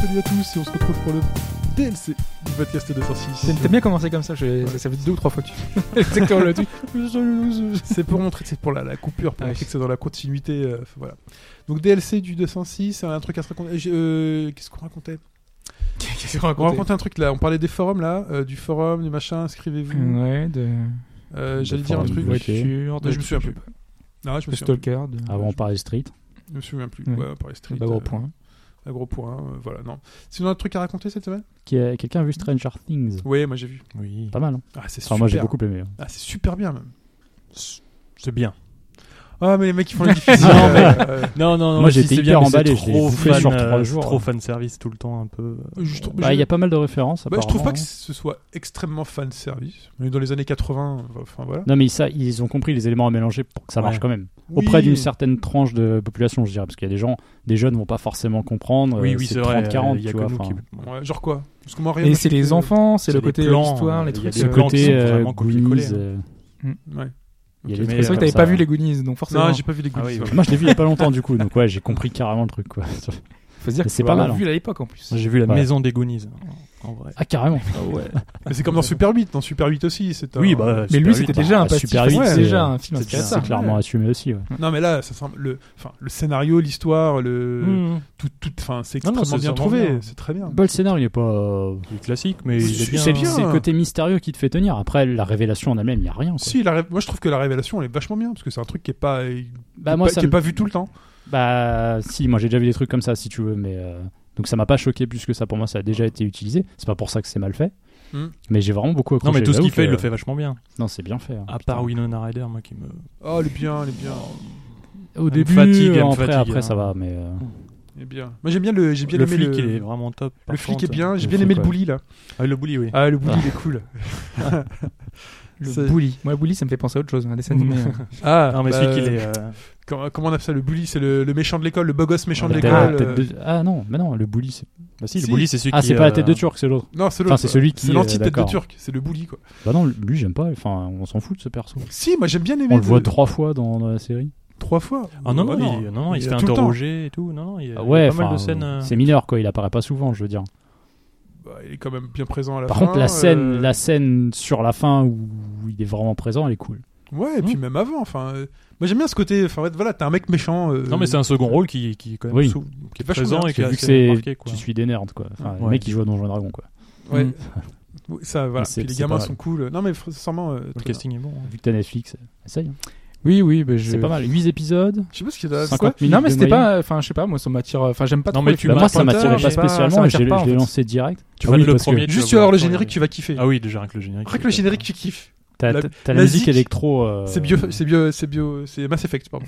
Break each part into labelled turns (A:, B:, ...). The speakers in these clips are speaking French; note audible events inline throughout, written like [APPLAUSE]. A: salut à tous et on se retrouve pour le DLC du podcast de sortie.
B: T'aimes bien commencer comme ça, je- ça fait deux ou trois fois que tu exactement
A: [LAUGHS]
B: le truc.
A: C'est pour montrer, c'est pour la, la coupure, pour
B: Ah oui.
A: montrer que c'est dans la continuité. euh, voilà. Donc DLC du 206, c'est un truc à se raconter. J'ai- euh, Qu'est-ce qu'on racontait
B: Qu'est-ce qu'on
A: On racontait un truc là, on parlait des forums là, euh, du forum, du machin, inscrivez-vous.
B: Ouais, de,
A: Euh,
C: Des
A: J'allais dire un
C: forums,
A: truc.
C: ouais.
B: voiture, de
A: Mais je me souviens plus. Non, je
B: de
A: me souviens,
B: stalker, de
C: Avant, on parlait street.
A: je me souviens plus.
B: Ouais.
A: Ouais, Paris Street,
B: bah, gros
A: euh,
B: point.
A: à gros point, euh, voilà, non. Sinon, un truc à raconter cette semaine
C: Qui a- Quelqu'un a vu Stranger Things
A: Oui, moi j'ai vu.
D: Oui.
C: Pas mal. Hein
A: Ah, c'est
C: enfin,
A: super.
C: moi, j'ai beaucoup aimé. hein.
A: Ah, c'est super bien même.
D: C'est bien.
A: Ah, mais les mecs ils font les difficiles.
D: Non, mais-
A: euh, euh,
D: Non, non, non.
C: Moi,
D: si,
C: j'étais
D: c'est
C: hyper
D: bien, mais
C: emballé,
D: c'est
C: je l'ai
D: Trop
C: bouffé
D: fan,
C: sur trois
D: euh, c'est
C: jours.
D: Trop fan service tout le temps, un peu.
A: je trouve-
C: Bah,
A: euh, je-
C: Il y a pas mal de références.
A: Bah, je trouve pas que
C: apparemment,
A: ce soit extrêmement fan service. On est dans les années 80, enfin voilà.
C: hein. Non, mais ça, ils ont compris les éléments à mélanger pour que ça marche
D: Ouais.
C: quand même. Auprès d'une certaine tranche de population, je dirais. Parce qu'il y a des gens, des jeunes vont pas forcément comprendre. euh, c'est 30-40,
D: Il y a
C: tu
D: que
C: vois.
D: nous qui.
C: enfin,
A: Ouais, genre quoi Parce que moi rien.
B: Et
A: moi,
B: c'est
A: j'étais-
B: les enfants, c'est
D: c'est
B: le
D: les
B: côté
D: plans,
B: histoire,
D: euh,
B: les
D: il y a
B: trucs.
D: des
C: Ce
B: euh,
D: plans qui
C: côté
D: sont
C: euh,
D: vraiment
C: Goonies,
D: copier-coller, hein.
C: euh,
A: Ouais.
C: il y a des
D: Ok, mais,
C: trucs
D: euh,
B: C'est vrai que
C: comme
B: t'avais
C: ça.
B: pas vu les Goonies, donc forcément.
A: Non, j'ai pas vu les
D: Ah oui,
A: Goonies.
D: oui.
A: ouais.
C: [LAUGHS] Moi, je l'ai vu il y a pas longtemps, du coup. Donc, ouais, j'ai compris carrément le truc, quoi.
B: Faut se dire
C: Mais
B: que
C: c'est
B: tu
C: pas
B: l'as
C: mal,
B: vu à l'époque en plus.
D: J'ai vu la
C: Ouais.
D: hein. maison des Goonies. En en vrai.
C: Ah, carrément.
A: Mais c'est comme dans Super 8, dans Super 8 aussi, c'est un-
D: Oui, bah.
B: Mais
D: Super
B: lui, c'était
D: huit,
B: déjà
C: bah,
B: un passif.
C: Super
B: c'était
C: huit, c'est-
B: déjà un film
C: C'est
B: inspiré de
C: c'est
B: ça.
C: clairement assumé aussi. ouais.
A: Non mais là, ça semble le, enfin, le scénario, l'histoire, le
B: Mm.
D: Mmh.
A: tout, tout, enfin, c'est
D: Non, non,
A: extrêmement
D: c'est
A: bien
D: vraiment
A: trouvé.
D: bien.
A: C'est très bien.
C: Bah, le scénario, il est pas. euh,
D: Il est classique, mais
A: C'est-
D: il est bien. hein.
C: C'est
A: bien.
C: c'est le côté mystérieux qui te fait tenir. Après, la révélation en elle-même, il n'y a rien. quoi.
A: Si, la ré- moi je trouve que la révélation elle est vachement bien parce que c'est un truc qui est pas,
C: Bah, moi,
A: pas-
C: ça
A: qui est
C: me-
A: pas vu tout le temps.
C: Bah, si, moi j'ai déjà vu des trucs comme ça, si tu veux, mais. euh, Donc ça m'a pas choqué plus que ça. Pour moi, ça a déjà été utilisé. C'est pas pour ça que c'est mal fait.
A: Hmm.
C: Mais j'ai vraiment beaucoup
D: Non,
C: accroché.
D: mais tout ce
C: J'avoue
D: qu'il fait,
C: que-
D: il le fait Ah, vachement bien.
C: Non, c'est bien fait. hein,
D: À
C: putain.
D: part Winona Ryder, moi qui me.
A: Oh, elle est bien, elle est bien,
C: Au
D: elle me
C: début,
D: fatigue, elle me
C: après,
D: fatigue,
C: après
D: hein.
C: ça va, mais. euh,
A: elle est bien. euh, Moi j'ai bien le, j'ai bien
D: Le
A: aimé
D: flic,
A: le.
D: il est vraiment top. par
A: le flic
D: contre.
A: est bien, j'ai
C: le
A: bien [LAUGHS]
C: flic,
A: aimé le
C: ouais.
A: bully là.
D: Ah, le bully, oui.
A: Ah, le bully il est cool.
B: Le
A: C'est-
B: bully. Moi, le bully, ça me fait penser à autre chose, un dessin animé. euh.
A: Ah,
D: Non, mais
A: bah,
D: celui qui est. euh,
A: Comment, comment on appelle ça le bully C'est le, le méchant de l'école, le beau gosse méchant de
C: la
A: l'école.
C: tête- la
A: euh,
C: tête de- Ah non, mais non, le bully, c'est.
D: Bah, si,
A: Si.
D: le bully, c'est celui qui.
C: Ah, c'est pas la tête de
D: euh,
C: Turc, c'est l'autre.
A: Non, c'est
C: Enfin,
A: l'autre.
C: c'est
A: quoi.
C: celui qui
A: C'est
C: est-
A: l'anti-tête de
C: d'accord.
A: Turc, c'est le bully quoi.
C: Bah non, lui, j'aime pas. Enfin, on s'en fout de ce perso.
A: Si, moi j'aime bien aimer.
C: On le voit
A: trois,
C: trois fois dans, dans la série.
A: fois. Euh,
D: Ah non, non,
A: Ouais,
D: non, il, non, non, il se
A: est
D: fait
A: tout le temps.
D: interroger et tout. Non, non, il y a,
C: Ah
D: il y a
C: ouais,
D: pas mal de
C: enfin,
D: scènes. euh,
C: C'est mineur, quoi. Il apparaît pas souvent, je veux dire.
A: Bah, il est quand même bien présent à la
C: Par
A: fin.
C: contre, la scène,
A: euh,
C: la scène sur la fin où il est vraiment présent, elle est cool.
A: Ouais, et puis même avant. Enfin, euh, moi j'aime bien ce côté. Enfin, ouais, voilà, t'es un mec méchant. euh,
D: Non, mais c'est un second rôle qui, qui est quand même
C: Oui.
D: sous- qui est
A: Vachement
D: présent
A: bien,
D: et qui est
C: vu que
D: assez
C: c'est,
D: marqué. Quoi.
C: tu suis des nerds, quoi. Enfin, le
D: Ouais.
C: mec qui joue à Donjon et Dragon, quoi.
A: Ouais.
B: Mm.
A: [LAUGHS] Oui, Ça, voilà.
C: C'est-
A: Puis les
C: c'est
A: gamins
C: pas
A: sont
C: mal.
A: cool. Non, mais fr- sincèrement. euh,
D: Le
A: très bien.
D: casting est bon. hein.
C: Vu que t'as Netflix, essaye. hein.
B: Oui, oui, bah, je-
C: C'est pas mal. 8 épisodes,
A: Je sais pas ce qu'il y a. c'est quoi
C: 50 minutes.
B: Non, mais
C: de
B: c'était
C: moyenne.
B: pas. Enfin, je sais pas, moi, ça m'attire. Enfin, j'aime pas
D: Non,
B: trop
D: mais
B: les
D: tu
B: films
C: Bah, moi, ça
B: pointeurs,
C: m'attirait pas
B: j'ai ça
C: spécialement. et je
B: m'attire
C: l'ai
B: pas,
C: je
B: en
C: l'ai
B: fait.
C: lancé direct.
D: Tu
C: Ah
D: vas
C: oui,
D: de le
C: parce que-
D: premier. tu
A: Juste
D: vas
A: tu vas
D: voir
A: voir le
D: premier.
A: générique, tu vas kiffer.
D: Ah oui, déjà rien que le générique.
A: Après que le générique, tu kiffes.
C: T'as
A: La-
C: t'as- t'as
A: la
C: la musique
A: zik.
C: électro. euh,
A: C'est bio, c'est bio, c'est bio, c'est Mass Effect, pardon.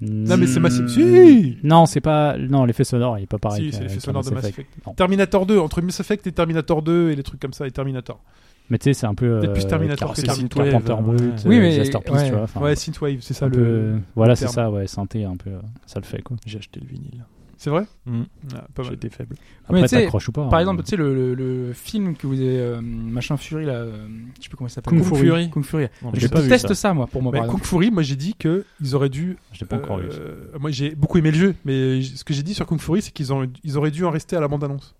A: Non,
C: Non,
A: mais c'est Mass Effect. Si
C: Non, c'est pas. Non, l'effet sonore, il est pas pareil.
A: Si, c'est
C: qu'un-
A: l'effet
C: qu'un
A: sonore de
C: Mass
A: Mass
C: Effect.
A: Effect.
C: Non.
A: Terminator 2, entre Mass Effect et Terminator 2 et les trucs comme ça, et Terminator.
C: Mais tu sais, c'est un peu.
A: Peut-être plus
C: euh,
A: Terminator que
C: Car-
D: Synthwave,
C: Carpenter
D: ouais.
C: Brut,
B: Oui,
C: euh,
B: mais-
C: Disaster Piece,
B: ouais.
C: tu vois. enfin,
A: ouais, Synthwave, c'est ça
C: un
A: le.
C: peu- Voilà, c'est
A: terme.
C: ça, ouais. Synthé, un peu. euh, Ça le fait, quoi.
D: J'ai acheté le vinyle.
A: C'est vrai
D: Mm.
A: Ah, Pas mal.
D: J'étais faible.
B: Mais
C: Après,
B: tu sais,
C: t'accroches ou pas.
B: Par
C: hein.
B: exemple, tu sais, le, le- le film que vous avez, euh, machin Fury, là, euh, je sais plus comment il s'appelle.
C: Kung Kung Fury.
D: Fury.
B: Kung Fury.
D: Non,
C: J'ai
B: Je
C: pas vu
B: teste ça.
C: ça.
B: moi, pour moi,
A: Mais
B: par
A: Kung
B: exemple.
A: Fury, moi j'ai dit que ils auraient dû.
C: Je l'ai pas encore vu.
A: euh, moi j'ai beaucoup aimé le jeu, mais j- ce que j'ai dit sur Kung Fury, c'est qu'ils auraient, ils auraient dû en rester à la bande-annonce.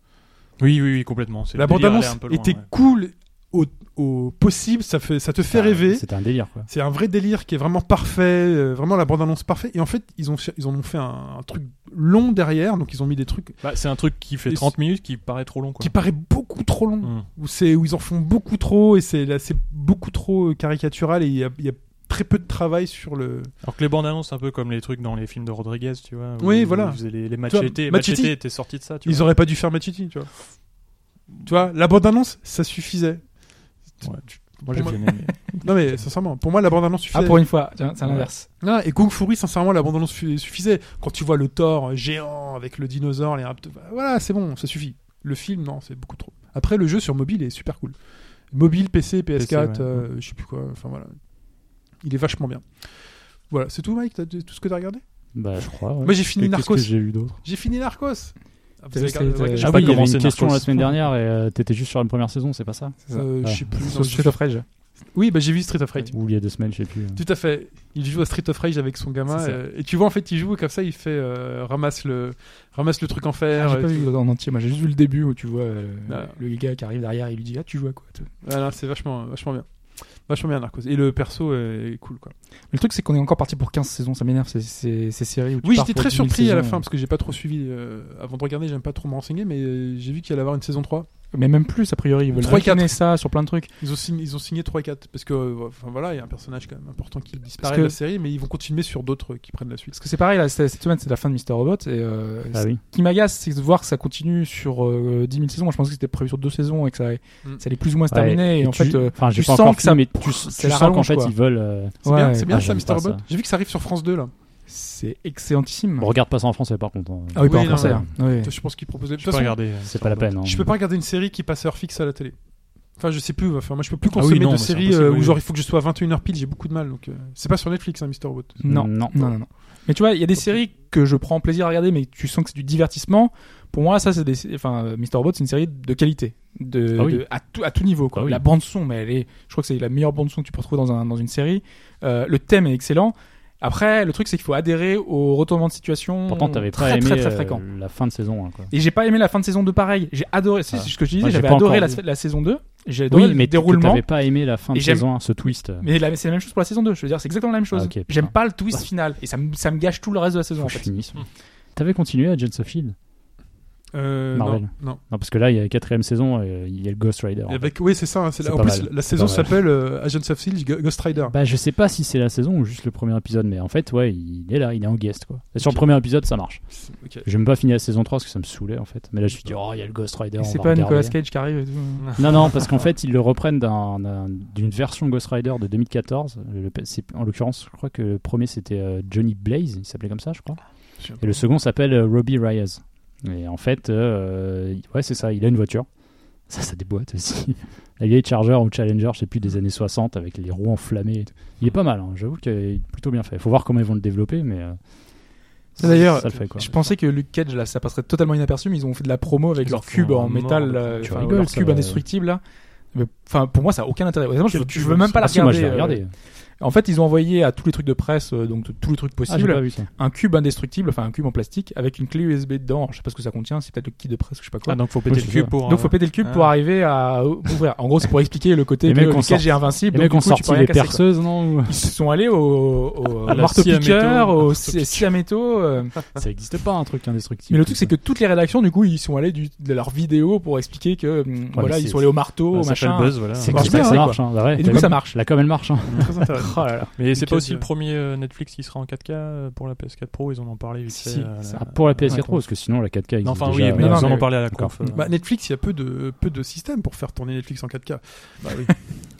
D: Oui, oui, oui, complètement. C'est-
A: La
D: le délire allait
A: bande-annonce
D: un peu loin,
A: était
D: ouais.
A: cool au, au possible, ça, fait, ça te fait
C: Ah,
A: rêver.
C: C'est un délire, quoi.
A: C'est un vrai délire qui est vraiment parfait, euh, vraiment la bande-annonce parfaite. Et en fait, ils, ont, fait- ils en ont fait un, un truc long derrière, donc ils ont mis des trucs
D: Bah, c'est un truc qui fait
A: Et
D: 30 minutes qui paraît trop long. Quoi.
A: qui paraît beaucoup trop long.
D: Mm.
A: où c'est où ils en font beaucoup trop et c'est là c'est beaucoup trop euh, caricatural et il y a, il y a très peu de travail sur le
D: Alors que les bandes annonces, un peu comme les trucs dans les films de Rodriguez, tu vois. où
A: Oui,
D: ils
A: voilà.
D: faisaient les, les
A: vois,
D: machetés.
A: Machete-
D: Machete était sorti de ça, tu
A: ils
D: vois.
A: auraient pas dû faire Machiti tu vois tu vois la bande annonce ça suffisait
D: Ouais, Moi, j'ai
A: Pour
D: bien aimé.
A: non mais sincèrement pour moi la bande annonce
B: Ah,
A: suffisait
B: pour une fois, tiens, c'est l'inverse.
A: Non, Ah, et Kung Fury sincèrement la bande annonce su- suffisait quand tu vois le Thor euh, géant avec le dinosaure les raptors bah, voilà c'est bon ça suffit le film non c'est beaucoup trop après le jeu sur mobile est super cool mobile PC PS4
D: PC, ouais.
A: euh, je sais plus quoi enfin voilà il est vachement bien voilà c'est tout Mike T'as- tout ce que t'as regardé
C: Bah, je crois. ouais.
A: Moi j'ai fini
C: Et
A: Narcos.
C: Qu'est-ce que j'ai eu d'autre
A: J'ai fini Narcos. Ah, vous
B: T'as
A: avez
B: vu,
A: regardé-
B: c'était-
A: regardé-
C: Je sais
D: Ah
C: pas,
D: oui,
C: il y
D: comment
C: avait une
D: c'est
C: question
D: Narcos.
C: la semaine dernière et euh, t'étais juste sur la première saison, c'est pas ça
A: Euh, Je sais plus. non,
B: Ah. Sur
A: je-
B: Street of Rage.
A: Oui, bah, j'ai vu Street of Rage.
C: Ou il y a deux semaines, je sais plus.
A: Tout à fait. Il joue à Street of Rage avec son gamin.
C: C'est ça.
A: euh, et tu vois, en fait, il joue et comme ça, il fait euh, ramasse, le, ramasse le truc en fer. euh,
B: Ah, J'ai
A: et
B: pas
A: tout.
B: vu en entier, moi j'ai juste vu le début où tu vois euh,
A: Ah.
B: le gars qui arrive derrière et lui dit Ah, tu joues à quoi toi
A: Voilà, c'est vachement, vachement bien. Vachement bien, Narcos. Et le perso est cool, quoi.
B: Mais Le truc, c'est qu'on est encore parti pour 15 saisons, ça m'énerve ces, ces, ces séries. Où tu
A: Oui,
B: pars
A: j'étais
B: pour
A: très
B: 10 000
A: surpris à la
B: saisons.
A: fin parce que j'ai pas trop suivi. euh, avant de regarder, j'aime pas trop me renseigner, mais euh, j'ai vu qu'il allait avoir une saison 3.
B: Mais même plus, a priori, ils veulent
A: Trois,
B: retourner ça sur plein de trucs.
A: Ils ont signé, ils ont signé 3 et 4 parce que, euh, enfin voilà, il y a un personnage quand même important qui disparaît
B: Parce que-
A: de la série, mais ils vont continuer sur d'autres euh, qui prennent la suite.
B: Parce que c'est pareil, là, c'est- cette semaine, c'est la fin de Mister Robot. Et euh,
C: Ah
A: Bah,
B: ce
C: oui.
B: qui m'agace, c'est de voir que ça continue sur euh, 10 000 saisons. Moi, je pensais que c'était prévu sur deux saisons et que ça,
A: Mm.
B: ça allait plus ou moins se
C: Ouais.
B: terminer. Et, en
C: tu-
B: fait, euh,
C: enfin, j'ai
B: tu
C: pas
B: sens
C: encore
B: que
C: fini,
B: ça-
C: mais tu, tu
B: c'est la
C: sens qu'en
B: rallonge,
C: fait
B: quoi.
C: ils veulent. euh,
A: C'est
B: ouais,
A: bien, c'est bien
C: Ah,
A: ça,
C: j'aime
A: Mister
C: pas
A: Robot.
C: ça.
A: J'ai vu que ça arrive sur France 2 là.
B: c'est excellentissime.
C: on regarde pas ça en français par contre. hein.
B: Ah oui, pas
A: Oui,
B: en
A: non,
B: français.
C: ouais.
B: hein. Oui.
A: Je pense qu'ils proposaient.
D: Je
A: de
D: peux
A: toute façon,
D: regarder. euh,
C: C'est pas la peine. hein.
A: Je peux pas regarder une série qui passe à heure fixe à la télé. Enfin, je sais plus. Enfin, moi, je peux plus
D: Ah oui,
A: consommer
D: non,
A: de
D: mais c'est
A: séries
D: impossible,
A: euh, où
D: oui.
A: genre il faut que je sois à 21h pile. J'ai beaucoup de mal. Donc, euh, c'est pas sur Netflix, hein, Mister Robot.
B: Non. Mm.
C: Non.
B: non, non, non. Mais tu vois, il y a des séries que je prends plaisir à regarder, mais tu sens que c'est du divertissement. Pour moi, ça, c'est des. Enfin, euh, Mr. Robot, c'est une série de qualité. De,
C: Ah oui.
B: de- à, tout, à tout niveau, quoi.
C: Ah oui.
B: La bande-son, mais elle est. Je crois que c'est la meilleure bande-son que tu peux retrouver dans, un, dans une série. Euh, le thème est excellent. Après, le truc, c'est qu'il faut adhérer au retournement de situation.
C: Pourtant, t'avais pas
B: très,
C: aimé
B: Très, très,
C: euh,
B: fréquent.
C: la fin de saison. hein, quoi.
B: Et j'ai pas aimé la fin de saison 2 pareil. J'ai adoré. C'est
C: Ah.
B: c'est ce que je te disais,
C: Moi, j'ai
B: j'avais
C: pas
B: adoré la,
C: encore vu.
B: la saison 2. J'ai adoré
C: Oui, mais
B: le déroulement.
C: T'avais pas aimé la fin de
B: Et j'aime-
C: saison, 1, ce twist. euh,
B: Mais la- c'est la même chose pour la saison 2. Je veux dire, c'est exactement la même chose.
C: Ah, ok, putain.
B: J'aime pas le twist
C: Ouais.
B: final. Et ça me, ça me gâche tout le reste de la saison, en
C: Faut que je
B: fait. mm.
C: finisse. T'avais continué à Agents of Shield
A: Euh,
C: Marvel.
A: Non. non.
C: E Non, parce que là, il y a la quatrième saison, euh, il y a le Ghost Rider.
A: Et
C: en fait.
A: avec- oui, c'est ça. hein, c'est
C: C'est
A: la- en
C: pas
A: plus,
C: mal.
A: la saison
C: pas mal.
A: s'appelle euh, Agents of Shield Go- Ghost Rider.
C: Bah, je sais pas si c'est la saison ou juste le premier épisode, mais en fait, ouais, il est là, il est en guest, quoi. Et sur le premier épisode, ça marche.
A: Ok.
C: J'ai même pas fini la saison 3 parce que ça me saoulait, en fait. Mais là, je me suis dit, oh, il y a le Ghost Rider.
B: Et
C: on
B: c'est
C: va
B: pas
C: regarder.
B: Nicolas Cage qui arrive et tout.
C: Non, non, parce qu'en fait, ils le reprennent d'un- d'un- d'une version Ghost Rider de 2014. Le- c'est- en l'occurrence, je crois que le premier, c'était euh, Johnny Blaze, il s'appelait comme ça, je crois.
A: Je sais
C: [LAUGHS] Et le second s'appelle euh, Robbie Reyes. Et en fait, euh, il- ouais, c'est ça, il a une voiture. [LAUGHS] Ça, ça déboîte aussi. [LAUGHS] La vieille Charger ou Challenger, je sais plus, des années 60 avec les roues enflammées. et tout. Il est pas mal, hein, j'avoue qu'il est plutôt bien fait. Faut voir comment ils vont le développer, mais. euh,
B: Ça, Ah, d'ailleurs,
C: le fait, quoi.
B: Je pensais que Luke Cage, là, ça passerait totalement inaperçu, mais ils ont fait de la promo avec
D: Ils en
B: leur
D: font
B: cube
D: un
B: en
D: mort,
B: métal,
D: quoi.
B: là,
C: Tu
B: enfin,
C: rigoles,
B: leur
C: ça,
B: cube
C: ouais.
B: indestructible, là. Mais, Enfin, pour moi, ça a aucun intérêt. Honnêtement, je,
A: Quel
B: je
A: cube,
B: veux même
A: ça.
B: pas la
C: Ah, si, moi, je
B: regarder.
C: l'ai
B: euh.
C: regardé.
B: En fait, ils ont envoyé à tous les trucs de presse, euh, donc t- tous les trucs
C: Ah, j'ai
B: possibles,
C: pas vu ça.
B: un cube indestructible, enfin un cube en plastique, avec une clé USB dedans. Je sais pas ce que ça contient, c'est peut-être le kit de presse, je sais pas quoi.
D: Ah, donc faut péter
C: c'est
D: le
C: ça.
D: cube pour.
B: donc,
D: euh,
B: faut péter le cube
D: ah.
B: pour arriver à ouvrir. En gros, c'est pour expliquer le côté
C: Les
B: que
C: mecs ont
B: Luke Cage
C: sorti-
B: est invincible.
C: Les mecs
B: donc,
C: ont
B: du coup, tu peux
C: sorti
B: rien
C: les
B: casser, quoi.
C: perceuses, non
B: [LAUGHS]
C: ou-
B: Ils se sont allés au, au
D: À la
B: marteau
D: scie à
B: piqueur,
D: métaux.
B: au
D: Marteau
B: scie
D: piqueur.
B: scie à métaux. euh,
C: Ça existe pas un truc indestructible.
B: Mais le truc, c'est que toutes les rédactions, du coup, ils sont allés du- de leur vidéo pour expliquer que hum, voilà,
C: mais
B: ils
C: c'est-
B: sont allés au marteau, au
D: Ça s'appelle
B: machin.
D: Buzz, voilà.
C: c'est
B: marche
C: comme ça que
B: bien,
C: ça
B: ouais,
C: marche. Hein, bah ouais.
B: Et du
C: La
B: coup, ça
C: com-
B: marche.
C: La com, elle marche. hein.
A: Très intéressant.
B: Oh là là.
D: Mais c'est
A: Nickel,
D: pas aussi
A: ouais.
D: le premier euh, Netflix qui sera en 4K euh, pour la PS4 Pro, ils en ont parlé vite
B: Si,
D: fait, euh,
B: ça-
D: là.
C: Ah, pour la PS4
B: Ouais,
C: Pro, parce que sinon la 4K existe
D: Non, enfin
C: déjà,
D: oui, mais
C: euh,
B: non,
D: ils en
B: mais-
D: ont parlé à la
C: D'accord.
D: conf. euh.
A: [LAUGHS] Bah, Netflix, il y a peu de, peu de systèmes pour faire tourner Netflix en 4K.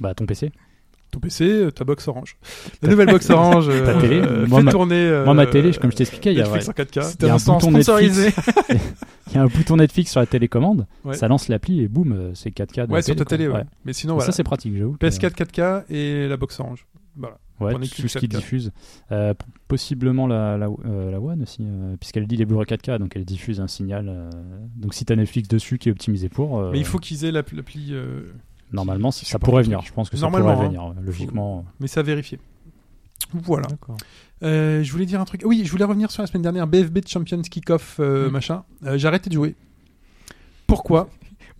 C: Bah ton PC.
A: [LAUGHS] Ton PC, euh, ta box orange. La nouvelle box
C: [LAUGHS]
A: orange. euh,
C: télé.
A: euh,
C: Moi,
A: fait
C: ma-
A: tourner. euh,
C: Moi ma télé, je- comme je t'expliquais, il y a
A: Netflix
C: ouais,
A: en 4K.
C: Il y a un
B: Instant
C: bouton Netflix.
B: sponsorisé.
C: [LAUGHS] il y a un bouton Netflix sur la télécommande,
A: Ouais.
C: ça lance l'appli et boum, euh, c'est 4K. de
A: Ouais,
C: la
A: sur ta
C: quoi.
A: télé, ouais.
C: Ouais.
A: Mais sinon,
C: Ça
A: voilà.
C: c'est pratique, j'avoue. que-
A: PS4 4K et la box orange.
C: ouais,
A: pour
C: tout
A: Netflix
C: ce qui
A: 4K.
C: diffuse. Euh, p- possiblement la, la, euh, la One aussi, euh, puisqu'elle dit les Blu-ray 4K, donc elle diffuse un signal. euh, donc si t'as Netflix dessus qui est optimisé pour, euh,
A: Mais il faut qu'ils aient l'app- l'appli. euh,
C: normalement
A: qui
C: si- ça
A: supporte
C: pourrait
A: le
C: venir.
A: truc.
C: Je pense que ça
A: Normalement,
C: pourrait
A: hein.
C: venir, ouais, logiquement.
A: Mais ça à vérifier. Voilà.
D: D'accord.
A: Euh, je voulais dire un truc. Oui, je voulais revenir sur la semaine dernière. BFB de Champions Kickoff, euh,
B: Mm.
A: machin. Euh, j'ai arrêté de jouer.
B: [LAUGHS]
A: Pourquoi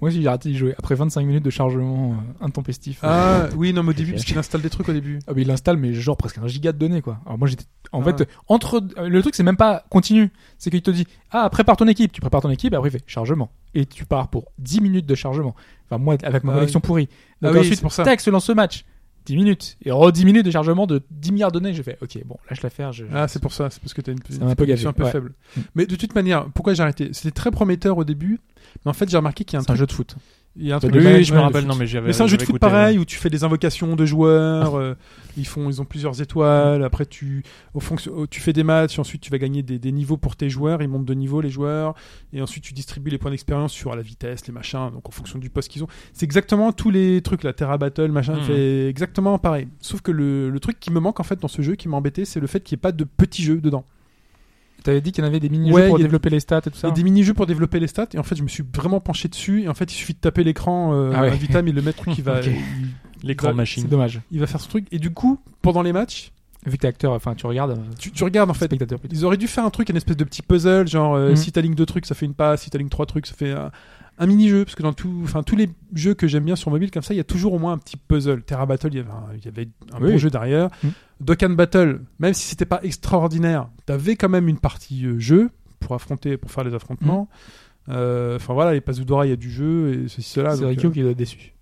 B: Moi, j'ai arrêté de jouer. Après 25 minutes de chargement euh, intempestif.
A: Ah oui, non, mais au début,
C: Ok.
A: parce qu'il installe des trucs au début.
B: Ah, mais il l'installe, mais genre presque un giga de données, quoi. Alors moi, j'étais. En
A: Ah
B: fait,
A: ouais.
B: entre. euh, Le truc, c'est même pas continu. C'est qu'il te dit Ah, prépare ton équipe. Tu prépares ton équipe, et après, il fait chargement. Et tu pars pour 10 minutes de chargement. Enfin, moi, avec ma
A: Ah
B: connexion pourrie.
A: Ah
B: Donc
A: oui,
B: ensuite,
A: c'est pour ça.
B: tac, se lance ce match. 10 minutes. Et re 10 minutes de chargement de 10 milliards de données. J'ai fait Ok, bon, lâche l'affaire. Je...
A: Ah, c'est pour ça, c'est parce que t'as une,
B: Ça
A: une
B: m'a un peu
A: connexion
B: gavé,
A: un peu
B: ouais.
A: faible.
B: Mm.
A: Mais de toute manière, pourquoi j'ai arrêté C'était très prometteur au début, mais en fait, j'ai remarqué qu'il y a un
B: C'est un
A: truc.
B: jeu de foot.
A: Il y a un
B: de
A: truc
B: jeu-
A: de-
B: ouais,
D: Oui,
B: je
D: je
B: me
D: me
B: rappelle,
D: rappelle, non mais j'avais.
A: Mais c'est un jeu de
D: j'avais
A: foot
D: écouté,
A: pareil
B: hein.
A: où tu fais des invocations de joueurs, euh, ils font, ils ont plusieurs étoiles. Après tu, au fonction- au- tu fais des matchs, ensuite tu vas gagner des, des niveaux pour tes joueurs, ils montent de niveau les joueurs, et ensuite tu distribues les points d'expérience sur la vitesse, les machins, donc en fonction du poste qu'ils ont. C'est exactement tous les trucs, la Terra Battle, machin,
B: Hmm.
D: Mhm.
A: fait exactement pareil. Sauf que le, le truc qui me manque en fait dans ce jeu, qui m'a embêté, c'est le fait qu'il n'y ait pas de petits jeux dedans.
B: T'avais dit qu'il y en avait des mini-jeux
A: Ouais,
B: pour
A: il y a-
B: développer les stats et tout ça.
A: Il y a des mini-jeux pour développer les stats, et en fait je me suis vraiment penché dessus, et en fait il suffit de taper l'écran euh,
B: Ah ouais. [LAUGHS]
A: à vitam et le maître qui va...
B: Ok.
A: il-
D: L'écran
A: Ouais,
D: machine.
B: C'est dommage.
A: Il va faire son truc. Et du coup, pendant les matchs,
B: Vu que t'es acteur, enfin, tu regardes. euh,
A: tu, tu regardes en fait.
B: spectateur plutôt.
A: Ils auraient dû faire un truc, une espèce de petit puzzle, genre euh,
B: Mhm.
A: si t'alignes deux trucs, ça fait une passe, si t'alignes trois trucs, ça fait un, un mini-jeu. Parce que dans tout, enfin, tous les jeux que j'aime bien sur mobile, comme ça, il y a toujours au moins un petit puzzle. Terra Battle, il y avait un, il y avait un
B: Oui.
A: bon jeu derrière.
B: Mhm.
A: Dokkan Battle, même si c'était pas extraordinaire, t'avais quand même une partie euh, jeu pour affronter, pour faire les affrontements. Euh, Enfin voilà, les Pazudora, il y a du jeu et ceci, cela.
B: Mhm. C'est
A: donc,
B: Rikyo
A: euh,
B: qui doit être déçu.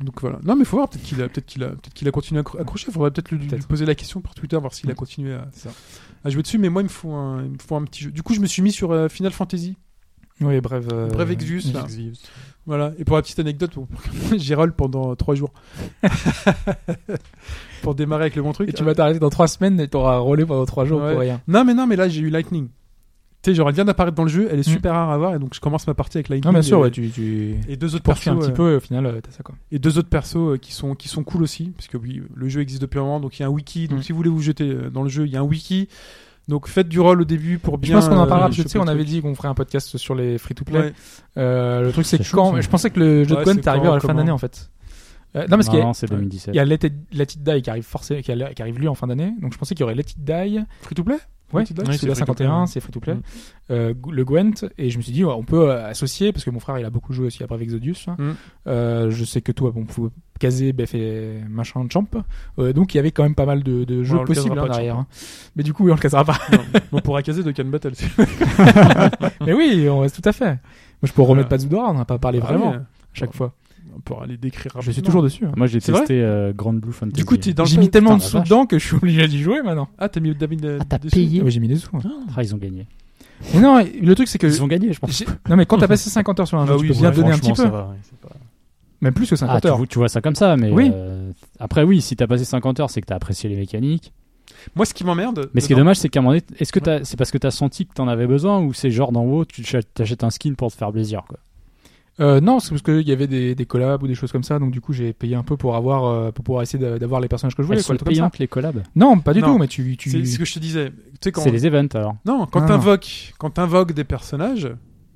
A: donc voilà. Non, mais faut voir, peut-être qu'il a, peut-être qu'il a, peut-être qu'il a continué à accro- accrocher. Faudrait peut-être lui, lui
B: Peut-être. Mm.
A: poser la question par Twitter, voir s'il a continué à,
B: C'est ça.
A: à jouer dessus. Mais moi, il me faut un, il me faut un petit jeu. Du coup, je me suis mis sur euh, Final Fantasy.
B: Oui, bref. euh,
A: Bref, Exvius, là.
D: Exvius.
A: Voilà. Et pour la petite anecdote, [LAUGHS] pour- pour que- j'y roll pendant 3 jours. [LAUGHS] pour démarrer avec le bon truc.
B: Et tu vas t'arrêter dans 3 semaines et t'auras roulé pendant 3 jours
A: Ouais.
B: pour rien.
A: Non, mais non, mais là, j'ai eu Lightning. Tu sais, genre, elle vient d'apparaître dans le jeu, elle est
B: Mm.
A: super rare à voir, et donc je commence ma partie avec Lightning.
B: Non, bien sûr,
A: et,
B: ouais, tu, tu
A: et deux autres
B: poursuis
A: persos.
B: un petit
A: euh,
B: peu et au final, euh, t'as ça quoi.
A: et deux autres persos euh, qui sont qui sont cool aussi parce que oui le jeu existe depuis un moment donc il y a un wiki donc
B: Mm.
A: si vous voulez vous jeter euh, dans le jeu il y a un wiki donc faites du rôle au début pour bien
B: je pense qu'on en
A: euh,
B: parlera parce que tu sais,
A: choper
B: on
A: le
B: avait
A: truc.
B: dit qu'on ferait un podcast sur les free to play.
A: Ouais.
B: Euh, le truc, c'est
C: C'est
B: que
C: chaud,
B: quand.
C: ça.
B: Je pensais que le jeu
A: Ouais,
B: de Gun
A: c'est
B: t'arrivais à
A: quand,
B: la fin
A: comment
B: d'année en fait. Euh, non, parce qu'il y a-
C: Non, c'est 2017.
B: il y a Let It, Let It Die qui arrive, forcément, qui, a- qui arrive lui en fin d'année. Donc je pensais qu'il y aurait Let It Die.
A: free to play
B: Ouais,
A: Let It Die,
D: oui,
B: c'est
D: c'est
B: la
D: free to play,
B: 51,
D: ouais.
B: c'est free to play.
D: Mm.
B: Euh, G- le Gwent, et je me suis dit, ouais, on peut euh, associer, parce que mon frère il a beaucoup joué aussi à Brave Exodus. hein.
A: Mm.
B: Euh, je sais que toi, on pouvait caser, bef et machin, champ. Euh, donc il y avait quand même pas mal de, de jeux
A: on le
B: possibles
A: casera
B: hein,
A: pas, Champ.
B: derrière. hein. Mais du coup, oui, on le casera pas.
A: Non, mais on pourra caser de Can Battle si vous
B: Mais oui, on reste tout à fait. Moi, je peux
A: Voilà.
B: remettre Pazudora, on n'a pas parlé
A: voulez.
B: vraiment
D: euh,
A: Ah
B: à chaque fois.
A: oui, on pourra les décrire
B: Je suis
A: rapidement.
B: toujours dessus. hein.
C: Moi, j'ai
A: C'est vrai
C: testé euh, Grand Blue Fantasy.
A: du coup t'es dans le
B: J'ai mis tellement de
C: la
B: sous
C: vache.
B: dedans que je suis obligé d'y jouer maintenant.
A: ah t'as mis David euh,
C: Ah, t'as
A: dessus
C: payé.
B: Ouais, J'ai mis des sous. hein.
C: Ah, ils ont gagné.
B: Mais non, le truc
A: Euh,
B: c'est que.
C: Ils ont gagné, je pense.
B: j'ai- Non, mais quand t'as passé 50 heures sur un jeu,
A: Ah
B: tu
A: oui,
B: peux
A: ouais,
B: bien donner un petit
D: Franchement,
B: peu.
D: ça va, ouais, c'est pas-
B: Même plus que 50
C: Ah, tu,
B: heures.
C: vois- tu vois ça comme ça, mais
B: Oui.
C: euh, après, oui, si t'as passé 50 heures, c'est que t'as apprécié les mécaniques.
A: moi ce qui m'emmerde
C: Mais ce qui est
A: dedans-
C: dommage, c'est qu'à un moment donné, est-ce que t'as- c'est parce que t'as senti que t'en avais besoin ou c'est genre d'en haut, tu t'ach- t'achètes un skin pour te faire plaisir quoi.
B: Euh, non, c'est parce qu'il y avait des, des collabs ou des choses comme ça, donc du coup j'ai payé un peu pour avoir euh, pour pouvoir essayer d'a- d'avoir les personnages que je voulais.
C: Elles
B: Quoi,
C: sont
B: le truc comme ça.
C: payantes les collabs.
B: Non, pas du
A: Non.
B: tout, mais tu. tu...
A: c'est ce que je te disais tu sais quand
C: C'est les events alors.
A: non quand
B: Ah.
A: t'invoques quand t'invoques des personnages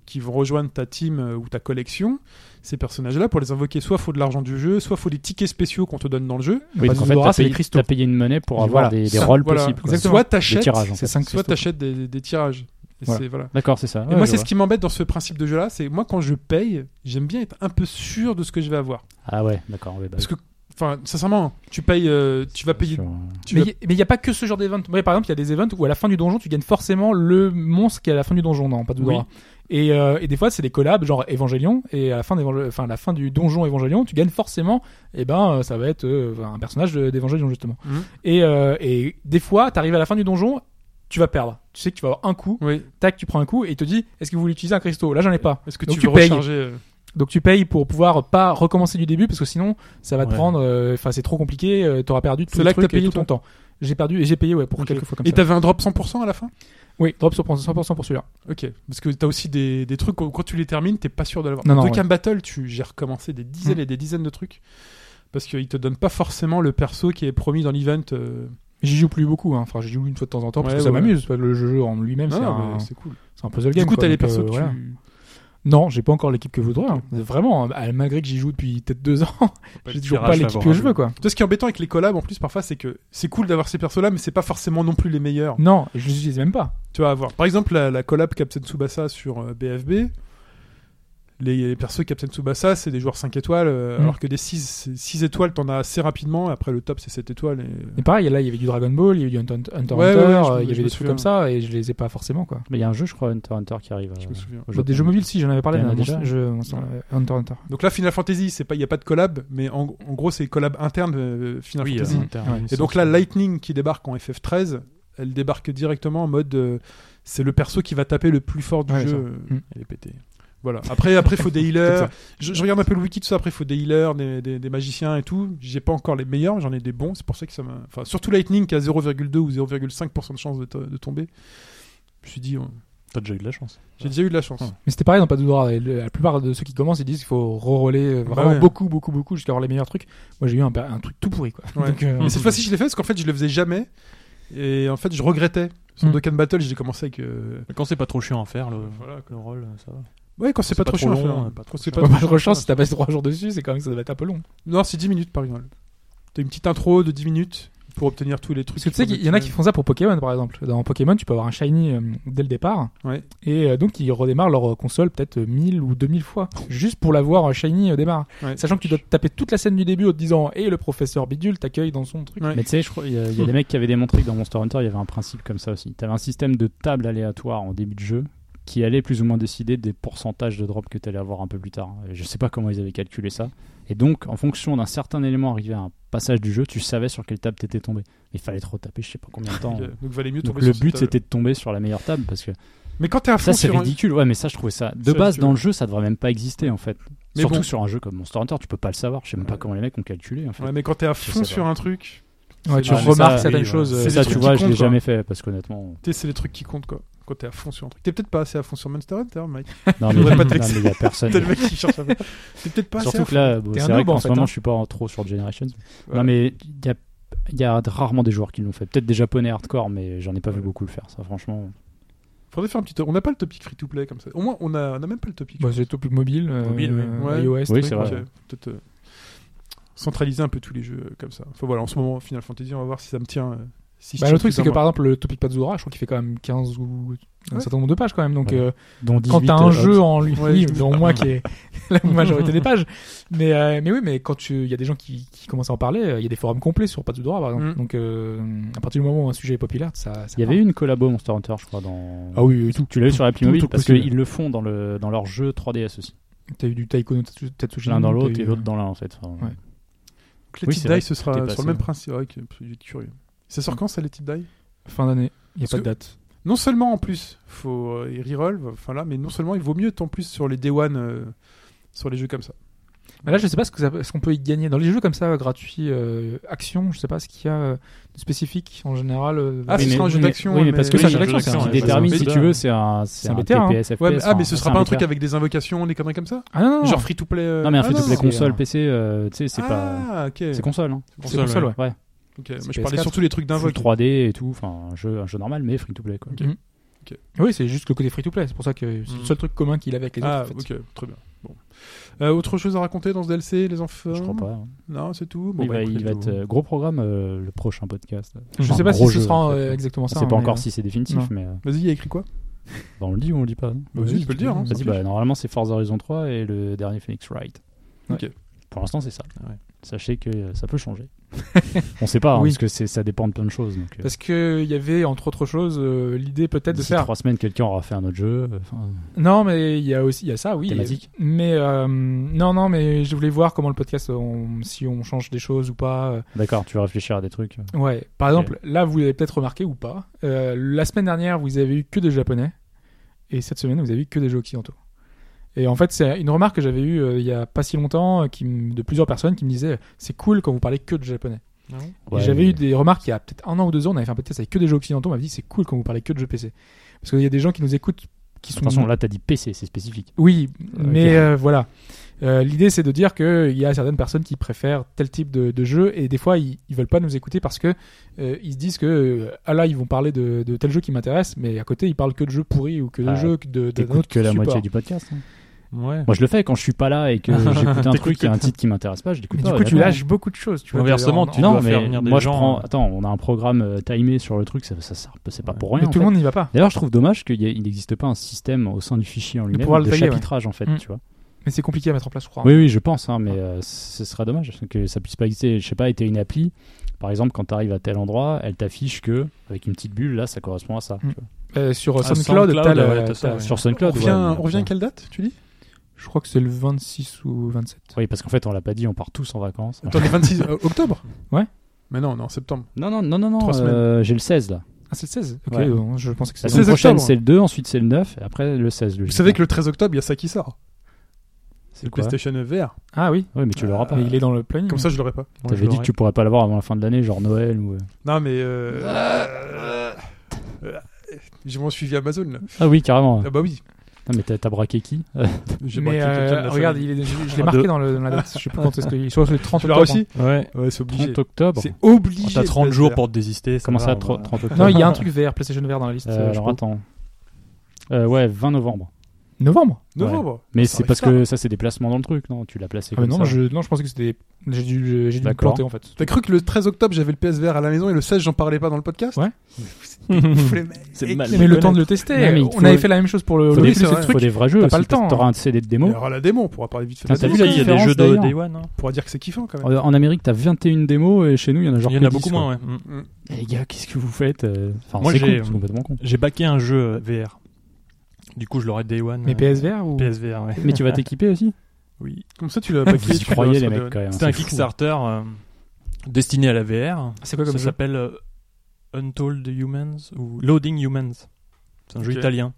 A: qui vont rejoindre ta team euh, ou ta collection ces personnages là pour les invoquer soit faut de l'argent du jeu soit faut des tickets spéciaux qu'on te donne dans le jeu
C: Oui,
B: Pas
C: donc en
B: du
C: fait,
B: Dora,
C: t'as
B: c'est des
C: payé,
B: cristaux.
C: t'as payé une monnaie pour
B: Et
C: avoir
B: voilà.
C: des, des
A: Ça,
C: rôles
A: voilà.
C: possibles. quoi.
B: Exactement.
A: soit
C: Des
A: t'achètes
C: tirages. en
B: C'est
C: fait.
B: 5
A: soit t'achètes des, des tirages Et
B: Voilà.
A: c'est- voilà.
C: D'accord, c'est ça.
A: Et
C: Ouais,
A: moi
C: je
A: c'est ce
C: vois.
A: qui m'embête dans ce principe de jeu là c'est moi quand je paye j'aime bien être un peu sûr de ce que je vais avoir
C: Ah ouais, d'accord. ouais, bah,
A: parce que enfin sincèrement tu payes euh, tu vas payer
C: sur-
A: tu
B: mais
A: vas-
B: il n'y a pas que ce genre d'event. Ouais, par exemple, il y a des events où à la fin du donjon, tu gagnes forcément le monstre qui est à la fin du donjon, non, pas de
A: Oui.
B: droit. Et, euh, et des fois, c'est des collabs, genre Evangelion, et à la fin, d'Evangel- enfin, à la fin du donjon Evangelion, tu gagnes forcément, et ben, euh, ça va être euh, un personnage de- d'Evangelion, justement.
A: Mhm.
B: Et, euh, et des fois, t'arrives à la fin du donjon, tu vas perdre. Tu sais que tu vas avoir un coup,
A: oui
B: tac, tu prends un coup, et il te dit, est-ce que vous voulez utiliser un cristaux Là, j'en ai pas.
A: est-ce que
B: Donc
A: tu,
B: tu
A: veux
B: payes.
A: recharger euh,
B: Donc tu payes pour pouvoir pas recommencer du début parce que sinon ça va te
D: Ouais.
B: prendre. euh, Enfin c'est trop compliqué. euh, T'auras perdu tout
A: C'est
B: le
A: là que
B: truc
A: t'as payé,
B: et tout ton temps. J'ai perdu et j'ai payé ouais pour
A: Ok.
B: quelques fois comme
A: et
B: ça.
A: t'avais un drop 100% à la fin
B: Oui, drop sur 100% pour celui-là.
A: ok parce que t'as aussi des, des trucs où, quand tu les termines t'es pas sûr de l'avoir
B: Non, non,
A: Dans Dokkan Battle tu j'ai recommencé des dizaines
B: Mm.
A: et des dizaines de trucs parce qu'ils te donnent pas forcément le perso qui est promis dans l'event euh,
B: J'y joue plus beaucoup. Hein. Enfin j'y joue une fois de temps en temps parce
A: Ouais,
B: que ça
A: ouais.
B: m'amuse. parce que Le jeu en lui-même
A: non,
B: c'est
A: non,
B: un,
A: mais c'est cool
B: c'est un puzzle game.
A: du coup
B: quoi.
A: t'as les
B: Donc,
A: persos
B: euh,
A: que
B: voilà.
A: tu
B: Non, j'ai pas encore l'équipe que je voudrais. hein. Vraiment, euh, malgré que j'y joue depuis peut-être deux ans, j'ai toujours pas l'équipe que je veux quoi.
A: Tu vois, ce qui est embêtant avec les collabs en plus parfois, c'est que c'est cool d'avoir ces persos là, mais c'est pas forcément non plus les meilleurs.
B: Non, je les utilise même pas.
A: Tu vas avoir, par exemple, la, la collab Captain Tsubasa sur euh, BFB. Les, les persos Captain Tsubasa, c'est des joueurs 5 étoiles, euh,
B: Mm.
A: alors que des 6, 6 étoiles, t'en as assez rapidement. Après, le top, c'est 7 étoiles. Et...
B: Mais pareil, là il y avait du Dragon Ball, il y avait du Hunter Hunter, Hunter,
A: Ouais, ouais, ouais, je me-
B: euh, il y
A: je
B: avait
A: me
B: des trucs
A: souviens.
B: comme ça et je les ai pas forcément quoi.
C: Mais il y a un jeu, je crois, Hunter x Hunter qui arrive. euh,
A: Je me souviens.
B: Des jeux mobiles Bah, si, j'en avais parlé.
C: Il y en a
B: mais mon-
C: déjà
B: jeu- mon- Hunter Hunter.
A: Donc là, Final Fantasy, c'est pas, il y a pas de collab, mais en, en gros, c'est collab interne euh, Final
D: Oui,
A: Fantasy.
B: euh,
A: Et donc là, Lightning qui débarque en FF13, elle débarque directement en mode, euh, c'est le perso qui va taper le plus fort du
B: Ouais, ça.
A: jeu. euh,
D: Elle est pétée.
A: Voilà. Après, après, faut des healers.
B: Comme ça.
A: Je, je regarde un peu le wiki tout ça. Après, faut des healers, des, des- des magiciens et tout. J'ai pas encore les meilleurs, mais j'en ai des bons. C'est pour ça que ça m'a. Enfin, surtout Lightning qui a 0,2 ou 0,5% de chance de, to- de tomber. Je me suis dit, euh,
D: T'as déjà eu de la chance.
A: j'ai déjà eu de la chance.
D: Ouais.
B: Mais c'était pareil dans Padudora. La plupart de ceux qui commencent, ils disent qu'il faut reroller euh,
A: Bah
B: vraiment
A: ouais.
B: beaucoup, beaucoup, beaucoup jusqu'à avoir les meilleurs trucs. Moi, j'ai eu un, un truc tout pourri, quoi.
A: Ouais.
B: Donc, euh,
A: Mais cette fois-ci, je l'ai fait parce qu'en fait, je le faisais jamais. Et en fait, je regrettais. Sur
B: Mm.
A: Dokkan Battle, j'ai commencé avec. euh,
D: Quand c'est pas trop chiant à faire, le, le rôle, ça va.
A: Ouais, quand c'est pas, trop chiant à faire.
D: pas
A: Quand
D: trop
A: c'est
D: chiant.
A: pas trop
B: Bon, bah, je
A: chiant à
B: rechance, si
A: faire.
B: t'as passé trois jours dessus, c'est quand même que ça doit être un peu long.
A: Non, c'est 10 minutes par exemple. T'as une petite intro de 10 minutes pour obtenir tous les trucs.
B: Parce que tu sais qu'il y en a qui font ça pour Pokémon par exemple. Dans Pokémon, tu peux avoir un shiny euh, dès le départ.
A: Ouais.
B: Et euh, donc ils redémarrent leur euh, console peut-être euh, 1000 ou 2000 fois juste pour l'avoir euh, shiny au démarre.
A: Ouais.
B: Sachant que tu dois te taper toute la scène du début en te disant "Et le professeur Bidule t'accueille dans son truc."
A: Ouais.
C: Mais tu sais, je crois- il y a, il y a des mecs qui avaient démontré que dans Monster Hunter, il y avait un principe comme ça aussi. Tu avais un système de table aléatoire en début de jeu qui allait plus ou moins décider des pourcentages de drop que tu allais avoir un peu plus tard. Euh, Je sais pas comment ils avaient calculé ça. Et donc, en fonction d'un certain élément arrivé à un passage du jeu, tu savais sur quelle table t'étais tombé. Mais il fallait trop taper, je sais pas combien de
A: [LAUGHS]
C: temps.
A: euh, Donc valait mieux
C: Donc
A: tomber
C: le
A: sur
C: but
A: cette table.
C: c'était de tomber sur la meilleure table parce que
A: Mais quand t'es à fond
C: ça c'est
A: sur un-
C: ridicule. Ouais, mais ça je trouvais ça de
A: Ça,
C: base
A: tu
C: dans
A: vois.
C: le jeu ça devrait même pas exister en fait.
A: Mais
C: Surtout
A: bon.
C: sur un jeu comme Monster Hunter, tu peux pas le savoir. Je sais même pas comment les mecs ont calculé en fait. Euh,
A: Ouais, mais quand t'es à
C: Je sais
A: fond
C: pas.
A: sur un truc,
B: Ouais, tu
A: Ah, mais
B: remarques
C: ça,
B: certaines
A: oui,
B: choses.
A: ouais.
B: euh,
A: C'est
C: ça
A: des
C: tu
A: trucs
C: vois,
A: qui
C: je l'ai
A: comptent, quoi.
C: jamais fait parce qu'honnêtement
A: t'es- c'est les trucs qui comptent quoi. Quand t'es à fond sur un truc, t'es peut-être pas assez à fond sur Monster Hunter, mec.
C: non
A: Je
C: mais
A: voudrais pas te
C: non,
A: vexer.
C: mais il y a personne.
A: T'es le mec qui cherche à fond. T'es peut-être pas assez
C: Surtout
A: à
C: que
A: fond.
C: là, bon,
B: T'es un
C: c'est vrai
B: noob, en
C: qu'en ce
B: fait,
C: moment,
B: hein.
C: je suis pas en- trop sur Generations.
A: Voilà.
C: Non, mais il y a, il y a rarement des joueurs qui l'ont fait. Peut-être des japonais hardcore, mais j'en ai pas vu beaucoup le faire, ça, franchement.
A: Faudrait faire un petit. On n'a pas le topic free to play comme ça. Au moins, on a, on a même pas le topic.
B: Bah, c'est tout plus mobile, euh,
D: Mobile, oui.
B: euh,
A: Ouais.
B: iOS.
C: Oui,
B: truc.
C: c'est
A: Ok,
C: vrai.
A: Peut-être euh, centraliser un peu tous les jeux euh, comme ça. Enfin voilà, en ce moment, Final Fantasy, on va voir si ça me tient. euh, si je
B: Bah,
A: tiens
B: le truc
A: plus
B: c'est
A: à
B: que
A: moi.
B: par exemple le Topic Pazura, je crois qu'il fait quand même 15 ou un
A: Ouais.
B: certain nombre de pages quand même. Donc
C: Ouais.
B: euh,
C: Dont 18,
B: quand t'as un
C: euh,
B: jeu en lui,
A: Ouais,
B: oui,
A: je-
B: dont moi
C: [LAUGHS]
B: qui est [LAUGHS] la majorité des pages. Mais, euh, mais oui, mais quand tu, il y a des gens qui, qui commencent à en parler, euh, il y a des forums complets sur Pas de droit, par exemple.
A: Mm.
B: Donc, euh, à partir du moment où un sujet est populaire, ça. ça
C: Il y
B: part.
C: avait eu une collabo Monster Hunter, je crois, dans.
B: Ah oui, et tout.
C: Tu l'as eu sur la
B: tout,
C: Playmobil
B: tout
C: parce
B: possible.
C: qu'ils le font dans, le, dans leur jeu 3DS aussi.
B: T'as eu du Taiko no Tatsu- Tatsujin.
C: L'un dans
B: t'as
C: l'autre
B: eu-
C: et
A: hein.
C: l'autre dans l'un en fait. Enfin,
B: Ouais.
A: Donc, les
C: Oui,
A: Tip
C: c'est vrai
A: Die,
C: que
A: ce
C: tout est
A: sera sur
C: passé,
A: le même
C: ouais. Mm.
A: principe. Ouais, que- je suis curieux. Ça sort quand ça, les Tip Die
B: Fin d'année. Il n'y a
A: Parce
B: pas de date.
A: Non seulement en plus, faut euh, ils reroll, enfin là, mais non seulement il vaut mieux tant plus sur les Day One, euh, sur les jeux comme ça.
B: Mais là, je sais pas ce que ça- ce qu'on peut y gagner. Dans les jeux comme ça, gratuits, euh, action, je sais pas ce qu'il y a euh, de spécifique en général. euh,
A: Ah,
C: Oui,
A: ce
C: mais-
A: sera un jeu
B: mais-
A: d'action.
C: Oui, mais
A: mais-
C: parce que
B: Oui,
C: ça,
B: c'est
C: c'est
B: un jeu
C: ce
B: d'action,
C: qui
B: ouais,
C: détermine
A: c'est
C: si
A: ça.
C: tu veux, c'est un, c'est
B: C'est un
C: un
B: BTR, hein.
C: TPS, FPS.
A: Ouais, mais- ah,
C: enfin,
A: mais ce
C: c'est
A: sera pas un truc
C: BTR.
A: avec des invocations, des conneries comme ça
B: Ah non, non, non.
A: Genre free to play. euh,
C: Non, mais un
A: ah,
C: free-to-play
A: non.
C: console,
B: c'est-
C: PC, euh, tu sais, c'est pas.
A: Ah, ok.
C: C'est console, hein.
B: c'est console, ouais.
C: Ouais.
A: Ok, moi, je
B: PS4.
A: parlais surtout des trucs
C: Full
A: d'invoque.
C: 3D et tout, enfin, un jeu, un jeu normal, mais free-to-play, quoi.
A: Ok.
B: Mhm.
A: Ok.
B: Oui, c'est juste le côté free to play. C'est pour ça que c'est
A: Mm.
B: le seul truc commun qu'il avait avec les autres.
A: Ah,
B: en fait.
A: ok, très bien. Bon. Euh, autre chose à raconter dans ce DLC, les enfants
C: Je crois pas. hein.
A: Non, c'est tout. Bon,
C: il
A: bah,
C: va,
A: écoutez,
C: il va
A: tout.
C: être euh, gros programme euh, le prochain podcast.
B: Je
C: Enfin,
B: sais pas
C: gros
B: si ce
C: jeu, en
B: sera
C: fait.
B: euh, exactement ça.
C: On sait pas
B: hein,
C: encore
B: mais-
C: si c'est définitif,
B: Non.
C: mais euh,
A: Vas-y, il y a écrit quoi
C: bah, on le dit ou on le dit pas hein
A: Bah, vas-y, tu peux le dire. hein,
C: Vas-y,
A: s'en
C: bah,
A: fiche.
C: normalement c'est Forza Horizon 3 et le dernier Phoenix Wright.
A: Ok.
C: Pour l'instant c'est ça.
D: Ouais.
C: Sachez que euh, ça
B: [LAUGHS]
C: peut changer. on sait pas, hein,
B: Ah Oui.
C: parce que c'est- ça dépend de plein de choses. Donc, euh,
B: Parce que il y avait entre autres choses euh, l'idée peut-être de
C: d'ici
B: faire.
C: trois semaines, quelqu'un aura fait un autre jeu. euh, enfin,
B: Non, mais il y a aussi il y a ça, oui.
C: Thématique.
B: Mais euh, non, non, mais je voulais voir comment le podcast, on- si on change des choses ou pas. euh,
C: D'accord, tu vas réfléchir à des trucs.
B: Ouais. Par
C: Ok.
B: exemple, là vous l'avez peut-être remarqué ou pas. euh, la semaine dernière, vous avez eu que des japonais, et cette semaine, vous avez eu que des jeux occidentaux. Et en fait, c'est une remarque que j'avais eue euh, il y a pas si longtemps, euh, qui me- de plusieurs personnes qui me disaient c'est cool quand vous parlez que de japonais. Et
C: Ouais,
B: J'avais
C: mais-
B: eu des remarques il y a peut-être un an ou deux ans, on avait fait un podcast avec que des jeux occidentaux, on m'avait dit c'est cool quand vous parlez que de jeux PC. Parce qu'il y a des gens qui nous écoutent qui sont...
C: Attention, là t'as dit PC, c'est spécifique.
B: Oui,
C: Ok.
B: mais euh, voilà. Euh, L'idée c'est de dire qu'il y a certaines personnes qui préfèrent tel type de, de jeu et des fois ils, ils veulent pas nous écouter parce que euh, ils se disent que euh, ah là ils vont parler de, de tel jeu qui m'intéresse mais à côté ils parlent que de jeux pourris ou que de
C: Ah,
B: jeux que de, d'un
C: T'écoutes
B: autre
C: que la
B: support.
C: moitié du podcast. hein.
D: Ouais.
C: Moi je le fais quand je suis pas là et que j'écoute un truc, il y a un titre qui m'intéresse pas, je l'écoute
B: Mais du
C: pas.
B: coup tu
C: honnêtement.
B: lâches beaucoup de choses. Tu vois,
D: Inversement, tu-
B: non,
C: non,
D: dois
C: mais
D: faire venir des
C: moi je
D: gens,
C: prends.
D: euh.
C: Attends, on a un programme euh, timé sur le truc, ça, ça sert- c'est pas pour rien.
B: mais
C: en
B: tout le
C: fait.
B: monde n'y va pas.
C: D'ailleurs, je trouve dommage qu'il y ait- il n'existe pas un système au sein du fichier en lui-même
B: pouvoir le
C: de
B: taguer, ouais. Ah.
C: chapitrage en fait,
B: Mm.
C: tu vois.
B: Mais c'est compliqué à mettre en place, je crois.
C: Oui, oui, je pense, hein, mais euh, ce serait dommage que ça puisse pas exister. Je sais pas, et t'es une appli, par exemple, quand t'arrives à tel endroit, elle t'affiche que avec une petite bulle là, ça correspond à ça. tu
B: Mm.
C: vois.
B: Euh, sur
D: Ah,
B: SoundCloud,
D: SoundCloud,
B: t'as le-
D: ouais, t'as ça,
B: t'as-
D: ouais.
C: Sur
A: On
C: SoundCloud,
A: revient,
C: ouais, mais-
A: on revient à quelle
C: [LAUGHS]
A: date, tu dis
B: Je crois que c'est le 26 ou 27.
C: Oui, parce qu'en fait, on l'a pas dit, on part tous en vacances.
A: Attends, le 26 euh, octobre
B: Ouais.
A: Mais non, on est en septembre.
C: Non, non, non, non, non.
A: Trois semaines.
C: euh, J'ai le 16 là.
B: Ah, c'est le 16 Ok,
C: Ouais.
B: bon, je pensais que
C: La
A: Le
B: c'était...
C: semaine
A: 16
C: prochaine,
A: octobre.
C: c'est le 2, ensuite c'est le 9, et après le 16.
A: Vous savez que le 13 octobre, il y a ça qui sort.
C: c'est quoi
A: PlayStation VR.
B: Ah oui,
C: Ouais, mais tu l'auras pas.
B: mais il est dans le planning.
A: Comme ça, je l'aurais pas.
C: T'avais dit que tu pourrais pas l'avoir avant la fin de l'année, genre Noël ou. euh,
A: Non, mais. euh, euh, euh, J'ai moins suivi Amazon là.
C: Ah oui, carrément.
A: Ah bah oui.
C: Non, mais t'as t'as braqué qui [LAUGHS]
A: J'ai braqué
B: mais
A: quelqu'un de la
B: euh,
A: famille.
B: regarde, il est, je je l'ai
D: Un
B: marqué
D: deux.
B: dans, le, dans la date. Je sais plus quand est-ce qu'il est. Sur le 30
A: Tu l'auras
B: octobre, hein.
A: aussi
D: Ouais.
A: Ouais, c'est obligé.
C: 30 octobre.
A: C'est obligé.
D: T'as
A: de
D: 30
A: le
D: jours
A: faire.
D: pour te désister.
C: Comment
D: va,
C: ça,
D: on
C: tro-
D: va-
C: 30
B: hein.
C: octobre
B: Non, il y a un truc vert, PlayStation vert dans la liste.
C: Euh,
B: euh, je
C: Alors
B: crois.
C: attends. Euh, ouais, 20 novembre.
B: Novembre
A: Novembre.
C: Mais
A: Ça
C: c'est
A: arrive
C: parce
A: pas.
C: que ça, c'est des placements dans le truc, non Tu l'as placé
B: Ah, mais
C: comme
B: non,
C: ça.
B: je, non, je pensais que c'était. J'ai dû, j'ai dû me
C: D'accord.
B: planter en fait.
A: T'as cru que le 13 octobre j'avais le PSVR à la maison et le 16 j'en parlais pas dans le podcast
B: Ouais.
A: [LAUGHS]
D: [LAUGHS]
A: Ouf, les mecs.
C: [LAUGHS] C'est mal.
B: Mais,
C: Mais
B: le temps de le tester.
C: Ah, Non, mais il
B: on
C: faut-
B: avait fait la même chose pour le,
C: Faut
B: le
A: Oui,
C: des,
B: Oculus,
A: c'est
B: et le
A: vrai.
C: faut
B: truc.
C: des vrais jeux.
B: T'as pas
C: aussi,
B: le
C: parce
B: temps,
C: que T'auras un CD de
A: Il
C: démo.
A: y aura la démo, on pourra parler vite fait. de
C: Putain,
A: la
C: Ah, t'as
A: démo.
C: vu la
D: Tout ça, il y a des
C: différence,
D: jeux de
C: d'ailleurs
D: Day One. hein.
A: On pourra dire que c'est kiffant quand même.
C: Euh, En Amérique, t'as 21 démos et chez nous, il y en a genre
D: Il y en
C: que
D: a
C: 10,
D: beaucoup
C: quoi.
D: moins, ouais. Mm.
A: Mm.
C: Eh, Les gars, qu'est-ce que vous faites euh, Enfin,
D: Moi,
C: c'est con,
D: j'ai-
C: c'est complètement con.
D: J'ai baqué un jeu euh, VR. Du coup, je l'aurais Day One.
B: Mais
D: euh,
B: PSVR ou
D: PSVR, ouais.
C: Mais tu vas t'équiper aussi
D: Oui.
A: Comme ça, tu l'as
C: [LAUGHS]
A: pas
C: Vous y croyez, les mecs, quand même.
D: C'était un
C: c'est fou.
D: Kickstarter euh, destiné à la VR.
B: C'est quoi
D: Ça
B: comme jeu
D: s'appelle euh, Untold Humans ou Loading Humans. C'est un jeu
A: Ok.
D: italien.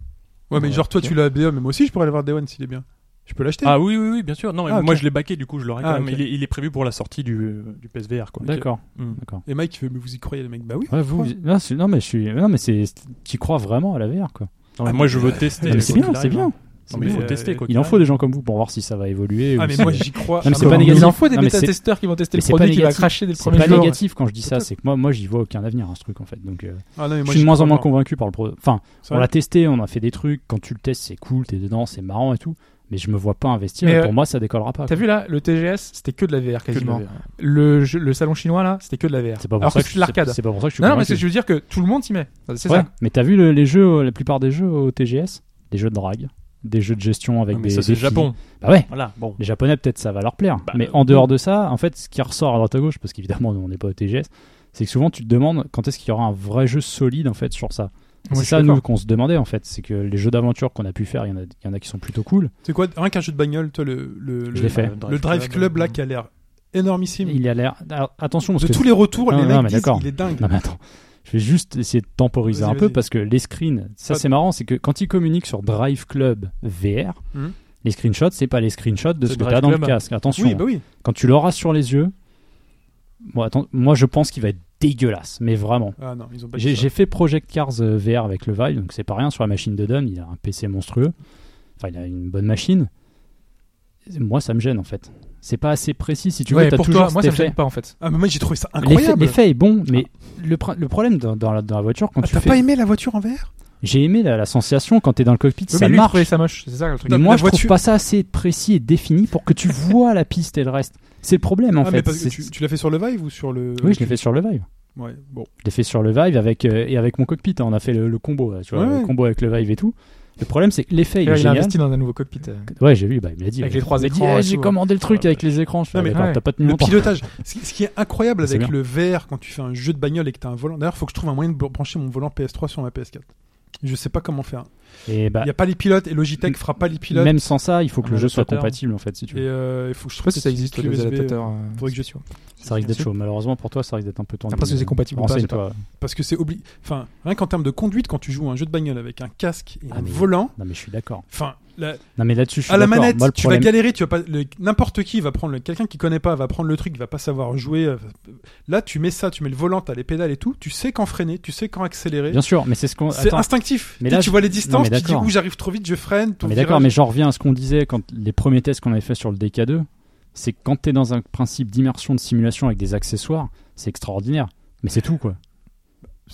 A: Ouais, mais
C: Ouais,
A: genre, toi,
C: ok.
A: tu l'as BO, mais moi aussi, je pourrais aller voir Day One s'il est bien. Je peux l'acheter.
D: Ah oui, oui, oui, bien sûr. Non, mais
A: Ah, ok.
D: moi je l'ai baqué, du coup je l'aurais
A: Ah,
D: quand même.
A: ok.
D: Il, est, il est prévu pour la sortie du, du PSVR, quoi.
C: D'accord.
D: Mm.
A: Et Mike, il fait, mais vous y croyez, les mecs Bah oui.
C: Ouais, vous,
A: Ouais.
C: non, c'est- non, mais je suis, non, mais c'est, tu crois vraiment à la VR, quoi.
D: Non, mais moi je veux
C: [LAUGHS]
D: tester.
C: Non, mais c'est
D: quoi
C: bien,
D: qu'il
C: c'est
D: arrive,
C: bien.
D: hein.
C: C'est
D: Non, mais il
C: bien.
D: faut
A: euh,
D: tester, quoi.
C: Il en faut des gens comme vous pour voir si ça va évoluer.
A: Ah,
C: ou
A: mais
C: si-
A: moi, j'y crois.
C: Non, mais c'est
A: Ah,
C: pas
A: bon,
C: négatif.
B: Il en faut des
C: Non, mais c'est-
B: bêta-testeurs qui vont tester
C: mais
B: le
C: c'est pas
B: produit qui va
C: négatif.
B: cracher dès le
C: C'est
B: premier
C: pas
B: jour.
C: négatif quand je dis ça, c'est que moi, moi, j'y vois aucun avenir à ce truc en fait. Donc, euh,
A: Ah, non, mais
C: je
A: moi,
C: suis de
A: j'y
C: moins en
A: crois
C: moins
A: pas.
C: convaincu par le pro. Enfin,
A: C'est
C: on
A: vrai.
C: l'a testé, on a fait des trucs. Quand tu le testes, c'est cool, t'es dedans, c'est marrant et tout. Mais je me vois pas investir.
B: Mais,
C: et
B: euh,
C: pour moi, ça décollera pas.
B: T'as
C: quoi.
B: vu là, le TGS, c'était que de la VR
D: Que de la
B: quasiment.
D: VR.
B: Le, jeu- le salon chinois là, c'était que de la VR.
C: C'est pas pour
B: Alors
C: ça
B: que
C: que
B: c'est
C: je-
B: de l'arcade.
C: C'est pas pour ça que je suis.
B: Non, non, mais
C: convaincu.
B: c'est- je veux dire que tout le monde s'y met. C'est
C: Ouais,
B: ça.
C: mais t'as vu le- les jeux, la plupart des jeux au TGS, des jeux de drague, des jeux de gestion avec
D: Non, mais
C: des.
D: ça c'est
C: des
D: le Japon.
C: filles. Bah ouais.
D: Voilà, bon.
C: Les Japonais, peut-être ça va leur plaire.
D: Bah,
C: mais
D: euh,
C: en dehors de ça, en fait, ce qui ressort à droite à gauche, parce qu'évidemment, nous, on n'est pas au TGS, c'est que souvent, tu te demandes quand est-ce qu'il y aura un vrai jeu solide, en fait, sur ça.
B: Moi, je
C: c'est
B: suis
C: ça,
B: d'accord.
C: nous, qu'on se demandait, en fait. C'est que les jeux d'aventure qu'on a pu faire, il y, en a- il y en a qui sont plutôt cool.
A: C'est quoi, rien qu'un jeu de bagnole, toi, le. le-
C: Je
A: le-
C: l'ai fait.
A: Le Drive Club, là, qui a l'air énormissime.
C: Il y a l'air. alors, attention, parce
A: De
C: que.
A: tous les retours,
C: Ah,
A: les
C: non, mais
A: mecs disent,
C: d'accord.
A: il est dingue.
C: [LAUGHS] Non, mais attends. Je vais juste essayer de temporiser
A: Vas-y,
C: un peu
A: vas-y.
C: parce que les screens, ça
A: Pas-
C: c'est marrant, c'est que quand ils communiquent sur Drive Club VR,
B: Hmm.
A: Mhm.
C: les screenshots, c'est pas les screenshots de
D: C'est
C: ce que
D: Drive
C: t'as dans le
D: Club.
C: casque. Attention,
A: Oui, bah oui.
C: quand tu l'auras sur les yeux, bon, attends, moi je pense qu'il va être dégueulasse, mais vraiment.
A: Ah non,
B: Bah,
A: ils ont pas
C: J'ai
A: dit ça.
C: j'ai fait Project Cars euh, VR avec le Vive, donc c'est pas rien sur la machine de Dom, il a un PC monstrueux, enfin il a une bonne machine. Moi ça me gêne en fait. C'est pas assez précis si tu veux,
B: Ouais,
C: t'as
B: pour
C: toujours
B: toi, moi
C: cet
B: ça me
C: effet.
B: gêne pas en fait.
A: Ah, mais moi, j'ai trouvé ça
C: L'effet
A: incroyable.
C: l'effet est bon, mais Ah. le, pr- le problème dans, dans la, dans la voiture, quand
A: Ah,
C: tu
A: T'as
C: fais.
A: pas aimé la voiture en VR
C: J'ai aimé la, la sensation quand t'es dans le cockpit,
B: Oui,
C: ça
B: mais lui, il
C: marche.
B: trouvait ça moche, c'est ça le truc.
C: Mais
A: la-
C: moi,
A: la
C: je trouve
A: voiture-
C: pas ça assez précis et défini pour que tu vois la piste et le reste. C'est le problème en
A: Ah,
C: fait.
A: mais parce que
C: C'est-
A: tu, tu l'as fait sur le Vive ou sur le.
C: Oui, je l'ai fait sur le Vive.
A: Ouais, bon.
C: Je l'ai fait sur le Vive avec, euh, et avec mon cockpit. hein. On a fait le, le combo, là, tu vois,
A: Ouais.
C: le combo avec le Vive et tout. Le problème, c'est que l'effet il est
B: D'ailleurs, Il a
C: génial.
B: investi dans un nouveau cockpit. euh.
C: Ouais, j'ai vu, bah, il me l'a dit.
B: Avec
C: ouais.
B: les trois
C: Il m'a dit,
B: écrans
C: eh,
B: et
C: j'ai
B: tout,
C: commandé le truc
D: Ouais,
C: avec les écrans. Je fais,
A: Non, mais-
C: d'accord,
B: ouais.
C: t'as pas tenu
A: Le
C: longtemps.
A: pilotage. Ce qui- ce qui est incroyable
C: C'est
A: avec
C: bien.
A: le VR quand tu fais un jeu de bagnole et que t'as un volant. D'ailleurs, faut que je trouve un moyen de brancher mon volant PS3 sur ma PS4. Je sais pas comment faire.
C: Et bah,
A: Il y a pas les pilotes et Logitech fera pas les pilotes.
C: même sans ça, il faut que
D: Un
C: le jeu soit
D: adaptateur.
C: compatible en fait, si tu
A: Et
C: veux.
A: euh, il faut que je
B: Je sais pas
A: trouve
B: si ça existe, les adaptateurs. euh,
A: faudrait que je-
B: spéciaux.
C: Ça risque d'être chaud. Malheureusement pour toi, ça risque d'être un peu tendu.
B: Ah, parce que c'est compatible ou pas, je sais
C: Renseigne-toi.
A: Parce que c'est obligé. Enfin, rien qu'en termes de conduite, quand tu joues à un jeu de bagnole avec un casque et
C: Ah,
A: un
C: mais-
A: volant.
C: Non, mais je suis d'accord.
A: Enfin, la-
C: Non, mais là-dessus, je suis
A: à la
C: d'accord.
A: manette,
C: Moi, le
A: tu vas
C: problème-
A: galérer. Tu vas pas. le- N'importe qui va prendre. le- Quelqu'un qui connaît pas va prendre le truc, va pas savoir jouer. euh, Là, tu mets ça, tu mets le volant, t'as les pédales et tout. Tu sais quand freiner, tu sais quand accélérer.
C: Bien sûr, mais c'est ce qu'on.
A: C'est
C: attends.
A: instinctif.
C: Mais
A: Tu sais,
C: là,
A: tu
C: je-
A: vois les
C: Non,
A: distances,
C: mais
A: tu dis
C: d'accord.
A: où j'arrive trop vite, je freine.
C: Non,
A: Ton
C: mais d'accord, mais
A: virage-
C: j'en reviens à ce qu'on disait quand les premiers tests qu'on avait fait sur le DK2, c'est que quand t'es dans un principe d'immersion de simulation avec des accessoires, c'est extraordinaire. Mais c'est tout quoi.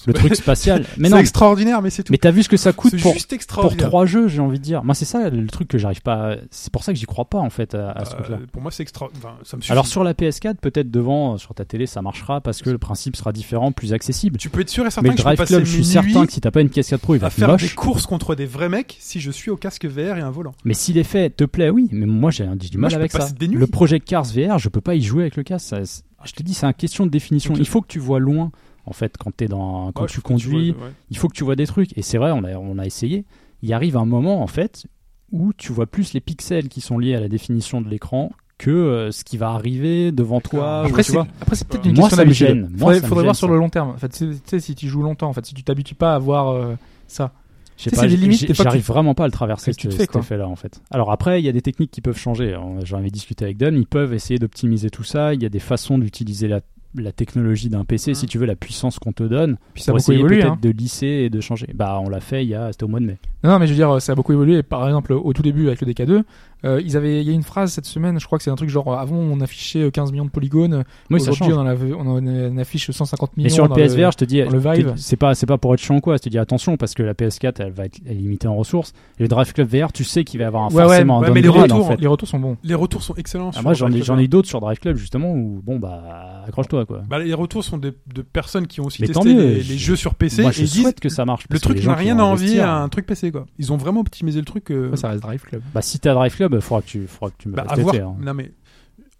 C: Le
A: [LAUGHS]
C: truc spatial. Mais
A: c'est
C: non.
A: extraordinaire, mais c'est tout.
C: Mais t'as vu ce que ça coûte
A: C'est
C: pour,
A: juste
C: pour
A: extraordinaire.
C: trois jeux, j'ai envie de dire. Moi, c'est ça le truc que j'arrive pas. à- C'est pour ça que j'y crois pas en fait à, à ce
A: Euh,
C: truc-là.
A: pour moi, c'est extra. Enfin, ça me suffit.
C: Alors sur la PS4, peut-être devant, euh, sur ta télé, ça marchera parce que le principe sera différent, plus accessible.
A: tu peux être sûr et certain
C: Mais le
A: que je peux
C: Drive
A: passer
C: Club, je suis
A: mes
C: certain
A: nuits
C: que si t'as pas une PS4 Pro, il va
A: à
C: être
A: faire
C: moche.
A: des courses contre des vrais mecs si je suis au casque VR et un volant.
C: Mais si l'effet te plaît, oui. Mais moi, j'ai j'ai du
A: Moi,
C: mal
A: je peux
C: avec ça.
A: passer des nuits.
C: Le Project Cars VR, je peux pas y jouer avec le casque. ça- c'est- je te dis, c'est une question de définition.
A: Ok.
C: Il faut que tu vois loin, en fait, quand t'es dans, quand
A: Ouais,
C: tu
A: faut que
C: conduis.
A: vois, ouais.
C: Il faut que tu vois des trucs. Et c'est vrai, on a, on a essayé. Il arrive un moment, en fait, où tu vois plus les pixels qui sont liés à la définition de l'écran que euh, ce qui va arriver devant toi.
A: D'accord.
C: ou
B: Après,
C: tu
B: c'est
C: vois.
B: après, c'est peut-être une
C: Moi,
B: question
C: ça me
B: d'habitude.
C: gêne. Moi,
B: Faudrait,
C: ça me
B: faudrait voir
C: gêne,
B: sur
C: ça.
B: le long terme. En fait, tu sais- tu sais, si tu joues longtemps, en fait, si tu t'habitues pas à voir euh, ça.
C: Je sais
B: Tu sais,
C: pas,
B: c'est des
C: j-
B: limites,
C: j-
B: t'es pas
C: j'arrive
B: tout-
C: vraiment pas à le traverser
B: que tu
C: ce-
B: te fais,
C: cet
B: quoi.
C: effet-là en fait. Alors après, il y a des hein. techniques qui peuvent changer. On- J'en avais discuté avec Don, ils peuvent essayer d'optimiser tout ça. Il y a des façons d'utiliser la la technologie d'un PC,
B: Mhm.
C: si tu veux, la puissance qu'on te donne,
B: Puis ça a
C: pour
B: beaucoup
C: essayer
B: évolué.
C: peut-être
B: hein.
C: de lisser et de changer. Bah, on l'a fait il y a, c'était au mois de mai.
B: Non, non, mais je veux dire, euh, ça a beaucoup évolué. Par exemple, au tout début avec le DK2, euh, ils avaient, il y a une phrase cette semaine, je crois que c'est un truc genre, euh, avant on affichait 15 millions de polygones,
C: Oui, ça
B: aujourd'hui on,
C: change.
B: en avait- on en affiche 150 millions.
C: Mais sur le
B: dans
C: PSVR, je te dis,
B: dans le
C: je te
B: Vive.
C: dis, c'est pas, c'est pas pour être chiant ou quoi. Je te dis attention parce que la PS4, elle va être elle est limitée en ressources. Et le Drive Club VR, tu sais qu'il va y avoir un,
B: Ouais, ouais,
C: forcément un
A: ouais, mais les
C: downgrade, en
A: retours,
C: fait.
B: Les retours hein. sont bons.
A: Les retours sont excellents.
C: Ah,
A: sur
C: moi, j'en ai,
A: Drive
C: j'en
A: Club.
C: ai d'autres sur Drive Club justement où bon bah accroche-toi quoi.
A: Bah, les retours sont des- de personnes qui ont aussi
C: Mais tant
A: testé
C: mieux,
A: les,
C: je-
A: les jeux sur PC
C: moi,
A: et
C: je
A: disent
C: souhaite que ça marche.
A: le
C: parce que
A: truc
C: les gens
A: n'a
C: qui
A: rien hein.
C: vont
A: à envier
C: investir, hein.
A: à un truc PC quoi. Ils ont vraiment optimisé le truc. euh,
B: Ouais, ça reste Drive Club.
C: Bah si t'as Drive Club, faudra que tu, faudra que tu me
A: bah,
C: fasses
A: à voir.
C: tester, hein.
A: Non mais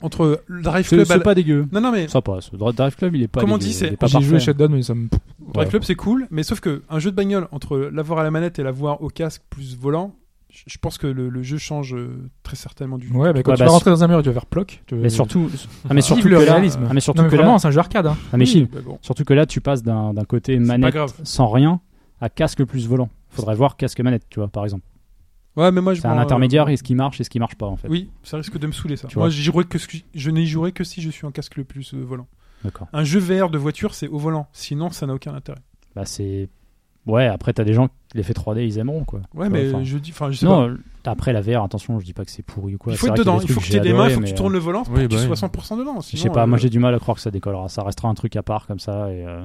A: entre le Drive
C: C'est
A: Club, à
C: c'est
A: la-
C: pas dégueu.
A: non non mais
C: Ça passe. Dri- Drive Club, il est pas.
A: Comme on
C: dégueu,
A: dit, c'est-
C: il est pas
B: J'ai joué
C: parfait. hein.
B: Shotdown, mais ça me.
A: Drive
C: Ouais.
A: Club c'est cool, mais sauf que un jeu de bagnole entre l'avoir à la manette et l'avoir au casque plus volant, je je pense que le, le jeu change euh, très certainement du.
B: Ouais, mais quand
C: Ouais,
B: tu
C: bah,
B: vas rentrer dans un mur, tu vas faire ploc. tu-
C: Mais surtout, ah, mais
A: Si,
C: surtout
B: le
C: que là-
B: réalisme.
C: ah, mais surtout
B: Non, mais
C: que là-
B: vraiment, c'est un jeu arcade. hein.
C: ah, mais
A: Oui,
C: si,
A: bah bon,
C: Surtout que là, tu passes d'un d'un côté
A: c'est pas
C: manette
A: grave.
C: sans rien à casque plus volant. Faudrait voir casque et manette, tu vois, par exemple.
A: Ouais, mais moi je.
C: C'est un
A: prends, euh,
C: intermédiaire et ce qui marche et ce qui marche pas, en fait.
A: Oui, ça risque de me saouler ça.
C: Tu
A: Moi,
C: vois.
A: j'y jouerai que ce que- je n'y jouerai que si je suis en casque le plus euh, volant.
C: D'accord.
A: Un jeu VR de voiture, c'est au volant. Sinon, ça n'a aucun intérêt.
C: Bah, c'est. Ouais, après, t'as des gens qui l'effet 3D, ils aimeront, quoi.
A: Ouais,
C: Tu vois,
A: mais
C: enfin,
A: je dis, enfin, je sais pas.
C: Non, après la VR, attention, je dis pas que c'est pourri ou quoi.
A: il faut
C: C'est
A: être
C: vrai qu'il y a
A: dedans.
C: des
A: Il faut
C: trucs
A: que tu aies
C: j'ai
A: des mains, il
C: adoré,
A: faut que tu
C: mais, euh,
A: tournes le volant pour
D: oui,
A: que tu
D: bah oui.
A: sois 100% dedans.
C: Je
A: Sinon,
C: sais pas,
A: euh,
C: moi j'ai du mal à croire que ça décollera. Ça restera un truc à part comme ça et euh,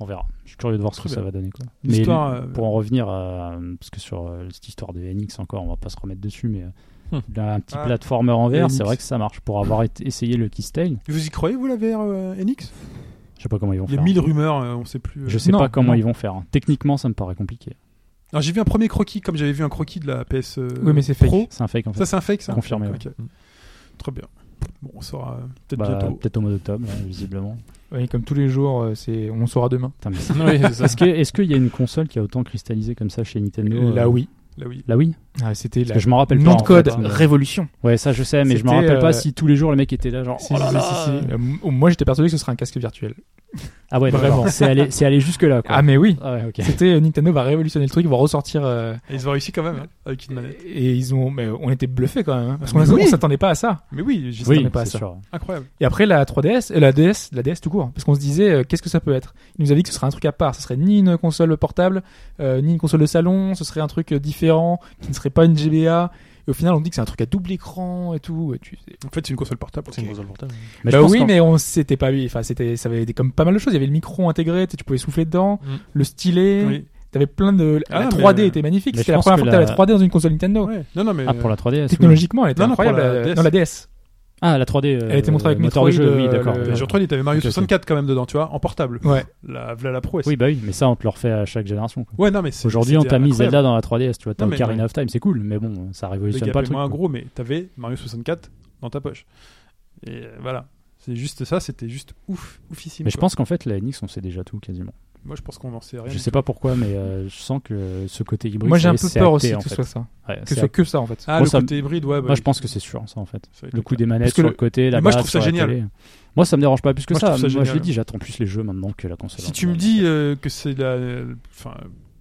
C: on verra. Je suis curieux de voir ce
A: Très
C: que
A: bien.
C: ça va donner. Quoi. Mais
A: L'histoire, euh,
C: pour en revenir, à- parce que sur euh, cette histoire de NX encore, on va pas se remettre dessus, mais euh, un petit
A: Ah.
C: platformer en VR,
A: NX.
C: c'est vrai que ça marche. Pour avoir été- essayé le Keystone,
A: Vous y croyez, vous, la VR euh, NX
C: je sais pas comment ils vont
A: Il y a
C: faire.
A: mille rumeurs, euh, on sait plus. euh.
C: Je sais
B: Non,
C: pas comment
B: non.
C: ils vont faire. hein. Techniquement, ça me paraît compliqué.
A: Alors, j'ai vu un premier croquis, comme j'avais vu un croquis de la PS euh,
B: Oui, mais c'est fake.
A: Pro.
C: C'est un fake en fait.
A: Ça, c'est un fake, ça
C: Confirmé, ouais. Mm.
A: Ok. Très bien. Bon, on saura euh, peut-être
C: Bah,
A: bientôt. [LAUGHS]
C: Peut-être au mois d'octobre, là, visiblement.
B: Oui, comme tous les jours, euh, c'est on saura demain.
C: Putain,
A: [LAUGHS]
C: mais-
D: oui, c'est ça.
C: Est-ce que- est-ce qu'il y a une console qui a autant cristallisé comme ça chez Nintendo
B: Là,
C: euh,
B: oui.
A: Là, oui.
C: La Wii
B: Ah, C'était
C: Parce
B: la.
C: que je m'en rappelle pas.
B: Nom de
C: en
B: code,
C: fait, hein, mais-
B: révolution.
C: Ouais, ça je sais, mais je me
B: C'était,
C: rappelle
B: euh,
C: pas si tous les jours le mec était là, genre.
B: Si,
C: oh là
B: si,
C: là.
B: si, si. Euh, m- Moi, j'étais persuadé que ce serait un casque virtuel.
C: Ah ouais,
B: Vraiment.
C: vraiment. C'est allé, c'est allé jusque là. Quoi.
B: Ah, mais oui.
C: Ah ouais, ok.
B: C'était euh, Nintendo va révolutionner le truc, ils vont ressortir. euh,
A: Et ils ont réussi quand même, hein, avec une manette.
B: et ils ont, mais on était bluffés quand même, hein, parce qu'on
A: Mais oui.
B: on s'attendait pas à ça.
A: Mais oui, j'y
C: Oui,
B: m'attendais pas à
C: c'est
B: ça.
C: sûr.
A: Incroyable.
B: Et après la 3DS, euh, la DS, la DS tout court, parce qu'on se disait euh, qu'est-ce que ça peut être. Ils nous avaient dit que ce serait un truc à part, ce serait ni une console portable, euh, ni une console de salon, ce serait un truc euh, différent, qui ne serait pas une GBA. Et au final, on dit que c'est un truc à double écran et tout. Et tu,
A: En fait, c'est une console portable.
D: C'est une grosse portable.
C: Mais je
B: bah
C: pense
B: oui,
C: qu'en-
B: mais on s'était pas vu. Enfin, c'était, ça avait des- comme pas mal de choses. Il y avait le micro intégré, tu sais, tu pouvais souffler dedans,
D: Mm.
B: le stylet.
A: Oui.
B: T'avais plein de.
A: Ah,
B: la
A: mais-
B: 3D était magnifique.
C: mais
B: C'était
C: je
B: la
C: pense
B: première
C: que
B: fois que t'avais
C: la-
B: la 3D dans une console Nintendo.
A: Ouais. Non, non, mais.
C: Ah, pour la 3DS. oui.
B: Technologiquement, elle était
A: Non, non, pour
B: incroyable. euh,
A: la DS.
B: Dans la DS.
C: Ah, la 3D. euh,
B: Elle était montrée avec
C: moteur de
B: Metroid,
C: jeu, oui,
B: euh,
C: d'accord.
B: le-
A: euh, Sur 3D, t'avais Mario
C: Ok, ok.
A: 64 quand même dedans, tu vois, en portable.
B: Ouais.
A: La, la, la Pro
C: Oui, bah oui, mais ça, on te le refait à chaque génération. quoi.
A: Ouais, non, mais c'est-
C: Aujourd'hui, on
A: c'était
C: t'a mis
A: incroyable.
C: Zelda dans la 3DS, tu vois. T'as
A: Non, mais-
C: Ocarina of Time, c'est cool, mais bon, ça
A: Le
C: révolutionne
A: gap
C: pas
A: est
C: le truc.
A: moins
C: quoi.
A: gros, mais t'avais Mario 64 dans ta poche. Et euh, voilà. C'est juste ça, c'était juste ouf, oufissime.
C: Mais je
A: quoi.
C: pense qu'en fait, la NX, on sait déjà tout quasiment.
A: Moi, je pense qu'on en sait rien.
C: Je sais pas pourquoi, mais euh, je sens que ce côté hybride.
B: Moi, j'ai
C: ça
B: un
C: y est,
B: peu
C: c'est
B: peur
C: acté,
B: aussi
C: en
B: que ce
C: fait.
B: soit ça.
C: Ouais,
B: Que ce
C: c'est
B: soit
C: acté.
B: que ça, en fait.
A: Ah,
C: Moi,
A: le
C: ça-
A: côté hybride, ouais. bah,
C: Moi, je pense que c'est sûr, ça, en fait.
A: ça va être
C: Le coup
A: clair.
C: des manettes
B: Parce que
C: sur le
B: le-
C: côté, la
A: moi, je
C: base,
A: trouve ça
C: sur la
A: génial.
C: télé. Moi, ça me dérange pas plus que
A: Moi, je
C: ça.
A: trouve ça
C: Moi, je
A: génial.
C: l'ai dit, j'attends plus les jeux maintenant que la console.
A: Si tu me dis euh, que c'est la, enfin,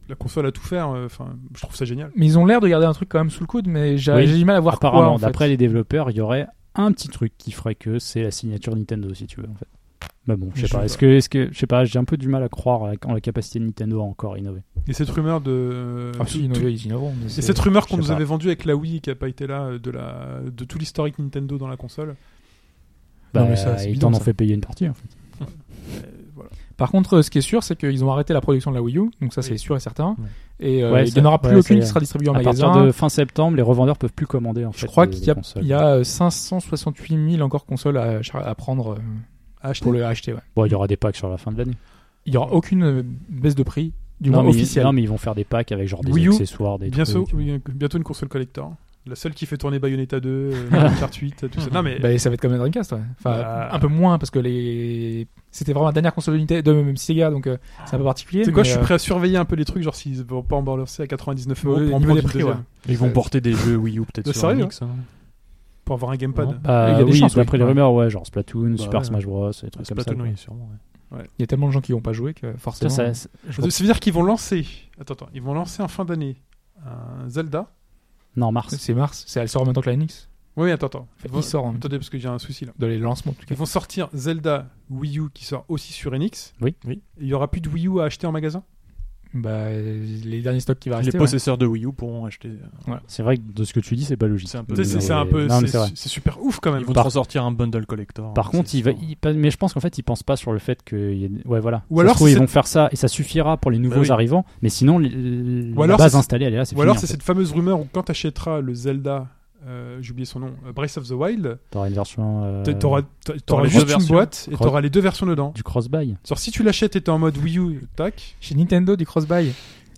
A: la console à tout faire, euh, enfin, je trouve ça génial.
B: Mais ils ont l'air de garder un truc quand même sous le coude, mais j'ai
C: Oui.
B: j'ai du mal à voir quoi.
C: Apparemment,
B: en fait.
C: d'après les développeurs, il y aurait un petit truc qui ferait que c'est la signature Nintendo, si tu veux, en fait. Bah bon,
A: Je
C: je sais
A: sais
C: pas.
A: pas.
C: Est-ce que, est-ce que, je sais pas, j'ai un peu du mal à croire à la- en la capacité de Nintendo à encore innover.
A: Et cette rumeur de.
B: Ah,
A: tout-
B: si,
A: tout-
B: innover, ils innoveront, mais
A: Et
B: c'est-
A: cette rumeur qu'on
C: je sais
A: nous
C: pas.
A: avait vendue avec la Wii qui a pas été là, euh, de, la, de tout l'historique Nintendo dans la console.
B: Non,
C: Bah,
B: mais ça, c'est
C: ils
B: bidon,
C: t'en ont
B: ça.
C: fait payer une partie, en fait.
A: Euh, voilà.
B: Par contre, euh, ce qui est sûr, c'est qu'ils ont arrêté la production de la Wii U, donc ça,
A: Oui.
B: c'est sûr et certain.
D: Ouais.
B: Et euh,
C: Ouais,
B: il
C: ça-
B: n'y en aura plus
C: ouais, ça y
B: aucune
C: est.
B: qui sera distribuée en
C: à
B: magasin.
C: partir de fin septembre, les revendeurs peuvent plus commander, en fait.
B: Je crois
C: les-
B: qu'il
C: les
B: y a,
C: consoles.
B: il y a euh, 568 000 encore consoles à, char- à prendre euh,
A: À acheter.
B: pour le acheter. Ouais.
C: Bon, il y aura des packs sur la fin de l'année.
B: Il n'y aura aucune euh, baisse de prix, du
C: non,
B: moins
C: mais,
B: officielle.
C: non, mais ils vont faire des packs avec genre des
A: Wii U,
C: accessoires, des
A: Bien sûr,
C: trucs.
A: oui, bientôt une console collector. La seule qui fait tourner Bayonetta 2, euh,
C: [LAUGHS]
A: Mario Kart 8, tout ça. Non, mais.
B: Bah, ça va être comme la Dreamcast, ouais. Enfin,
A: Bah.
B: un peu moins parce que les. C'était vraiment la dernière console d'unité de même Sega, donc euh, c'est un peu particulier.
A: Tu sais quoi,
B: mais,
A: je suis
B: euh,
A: prêt à surveiller un peu les trucs, genre s'ils vont pas embourser à 99 euros
B: Ouais,
A: pour en
B: niveau
A: prendre
B: des
A: une
B: prix,
A: deuxième,
B: ouais.
D: Ils vont porter des jeux Wii U peut-être
A: De
D: sur
A: sérieux,
D: Linux. hein.
A: pour avoir un gamepad.
C: Bah,
B: Il y a des
C: oui,
B: chances, oui.
C: d'après les
B: Ouais.
C: rumeurs, ouais, genre Splatoon,
D: Bah,
C: Super
D: ouais.
C: Smash Bros, des trucs comme ça.
D: Splatoon,
C: quoi.
D: oui, sûrement. ouais.
B: Il y a tellement de gens qui n'ont pas joué que
C: Ça,
B: forcément.
C: ça, ça- je
A: Ça veut dire qu'ils vont lancer. Attends, attends, ils vont lancer en fin d'année un Zelda.
C: Non, mars.
B: C'est mars, c'est elle sort en même temps que la NX.
A: Oui, attends, attends.
B: Enfin,
A: Vos-
B: il sort en-
A: Attendez, parce que j'ai un souci là.
B: dans les lancements en tout cas.
A: Ils vont sortir Zelda Wii U qui sort aussi sur NX.
C: Oui.
D: Oui.
A: Et Il y aura plus de Wii U à acheter en magasin
B: Bah, les derniers stocks qui va
D: Les
B: rester. ouais.
D: possesseurs de Wii U pourront acheter. euh,
C: C'est vrai que de ce que tu dis, c'est pas logique.
D: C'est un peu
A: Tu sais, C'est c'est
D: bizarre,
A: un peu.
C: mais- Non, mais
A: c'est-
C: c'est vrai.
A: C'est super ouf quand même.
D: Ils vont
C: Par-
D: te sortir un bundle collector.
C: Par
D: hein,
C: contre,
D: c'est
C: il va,
D: sûr.
C: il pa- mais je pense qu'en fait, ils pensent pas sur le fait que, y ait- ouais, voilà.
A: Ou
C: Ça se
A: alors,
C: trouve,
A: c'est
C: ils
A: cette- Bah
C: vont faire ça et ça suffira pour les nouveaux
D: oui.
C: arrivants. Mais sinon, les- la
A: alors,
C: base
A: c'est-
C: installée, elle est là, c'est
A: Ou alors c'est
C: fini, en fait.
A: cette fameuse rumeur où quand t'achèteras le Zelda, euh, j'ai oublié son nom, euh, Breath of the Wild,
C: T'auras une version euh,
A: t'a- t'auras t'a- t'auras
D: les
A: juste
D: deux
A: une
D: versions.
A: boîte et
C: Cross-
A: t'auras les deux versions dedans.
C: du cross-buy.
A: Genre si tu l'achètes et t'es en mode Wii U, tac.
B: Chez Nintendo, du cross-buy.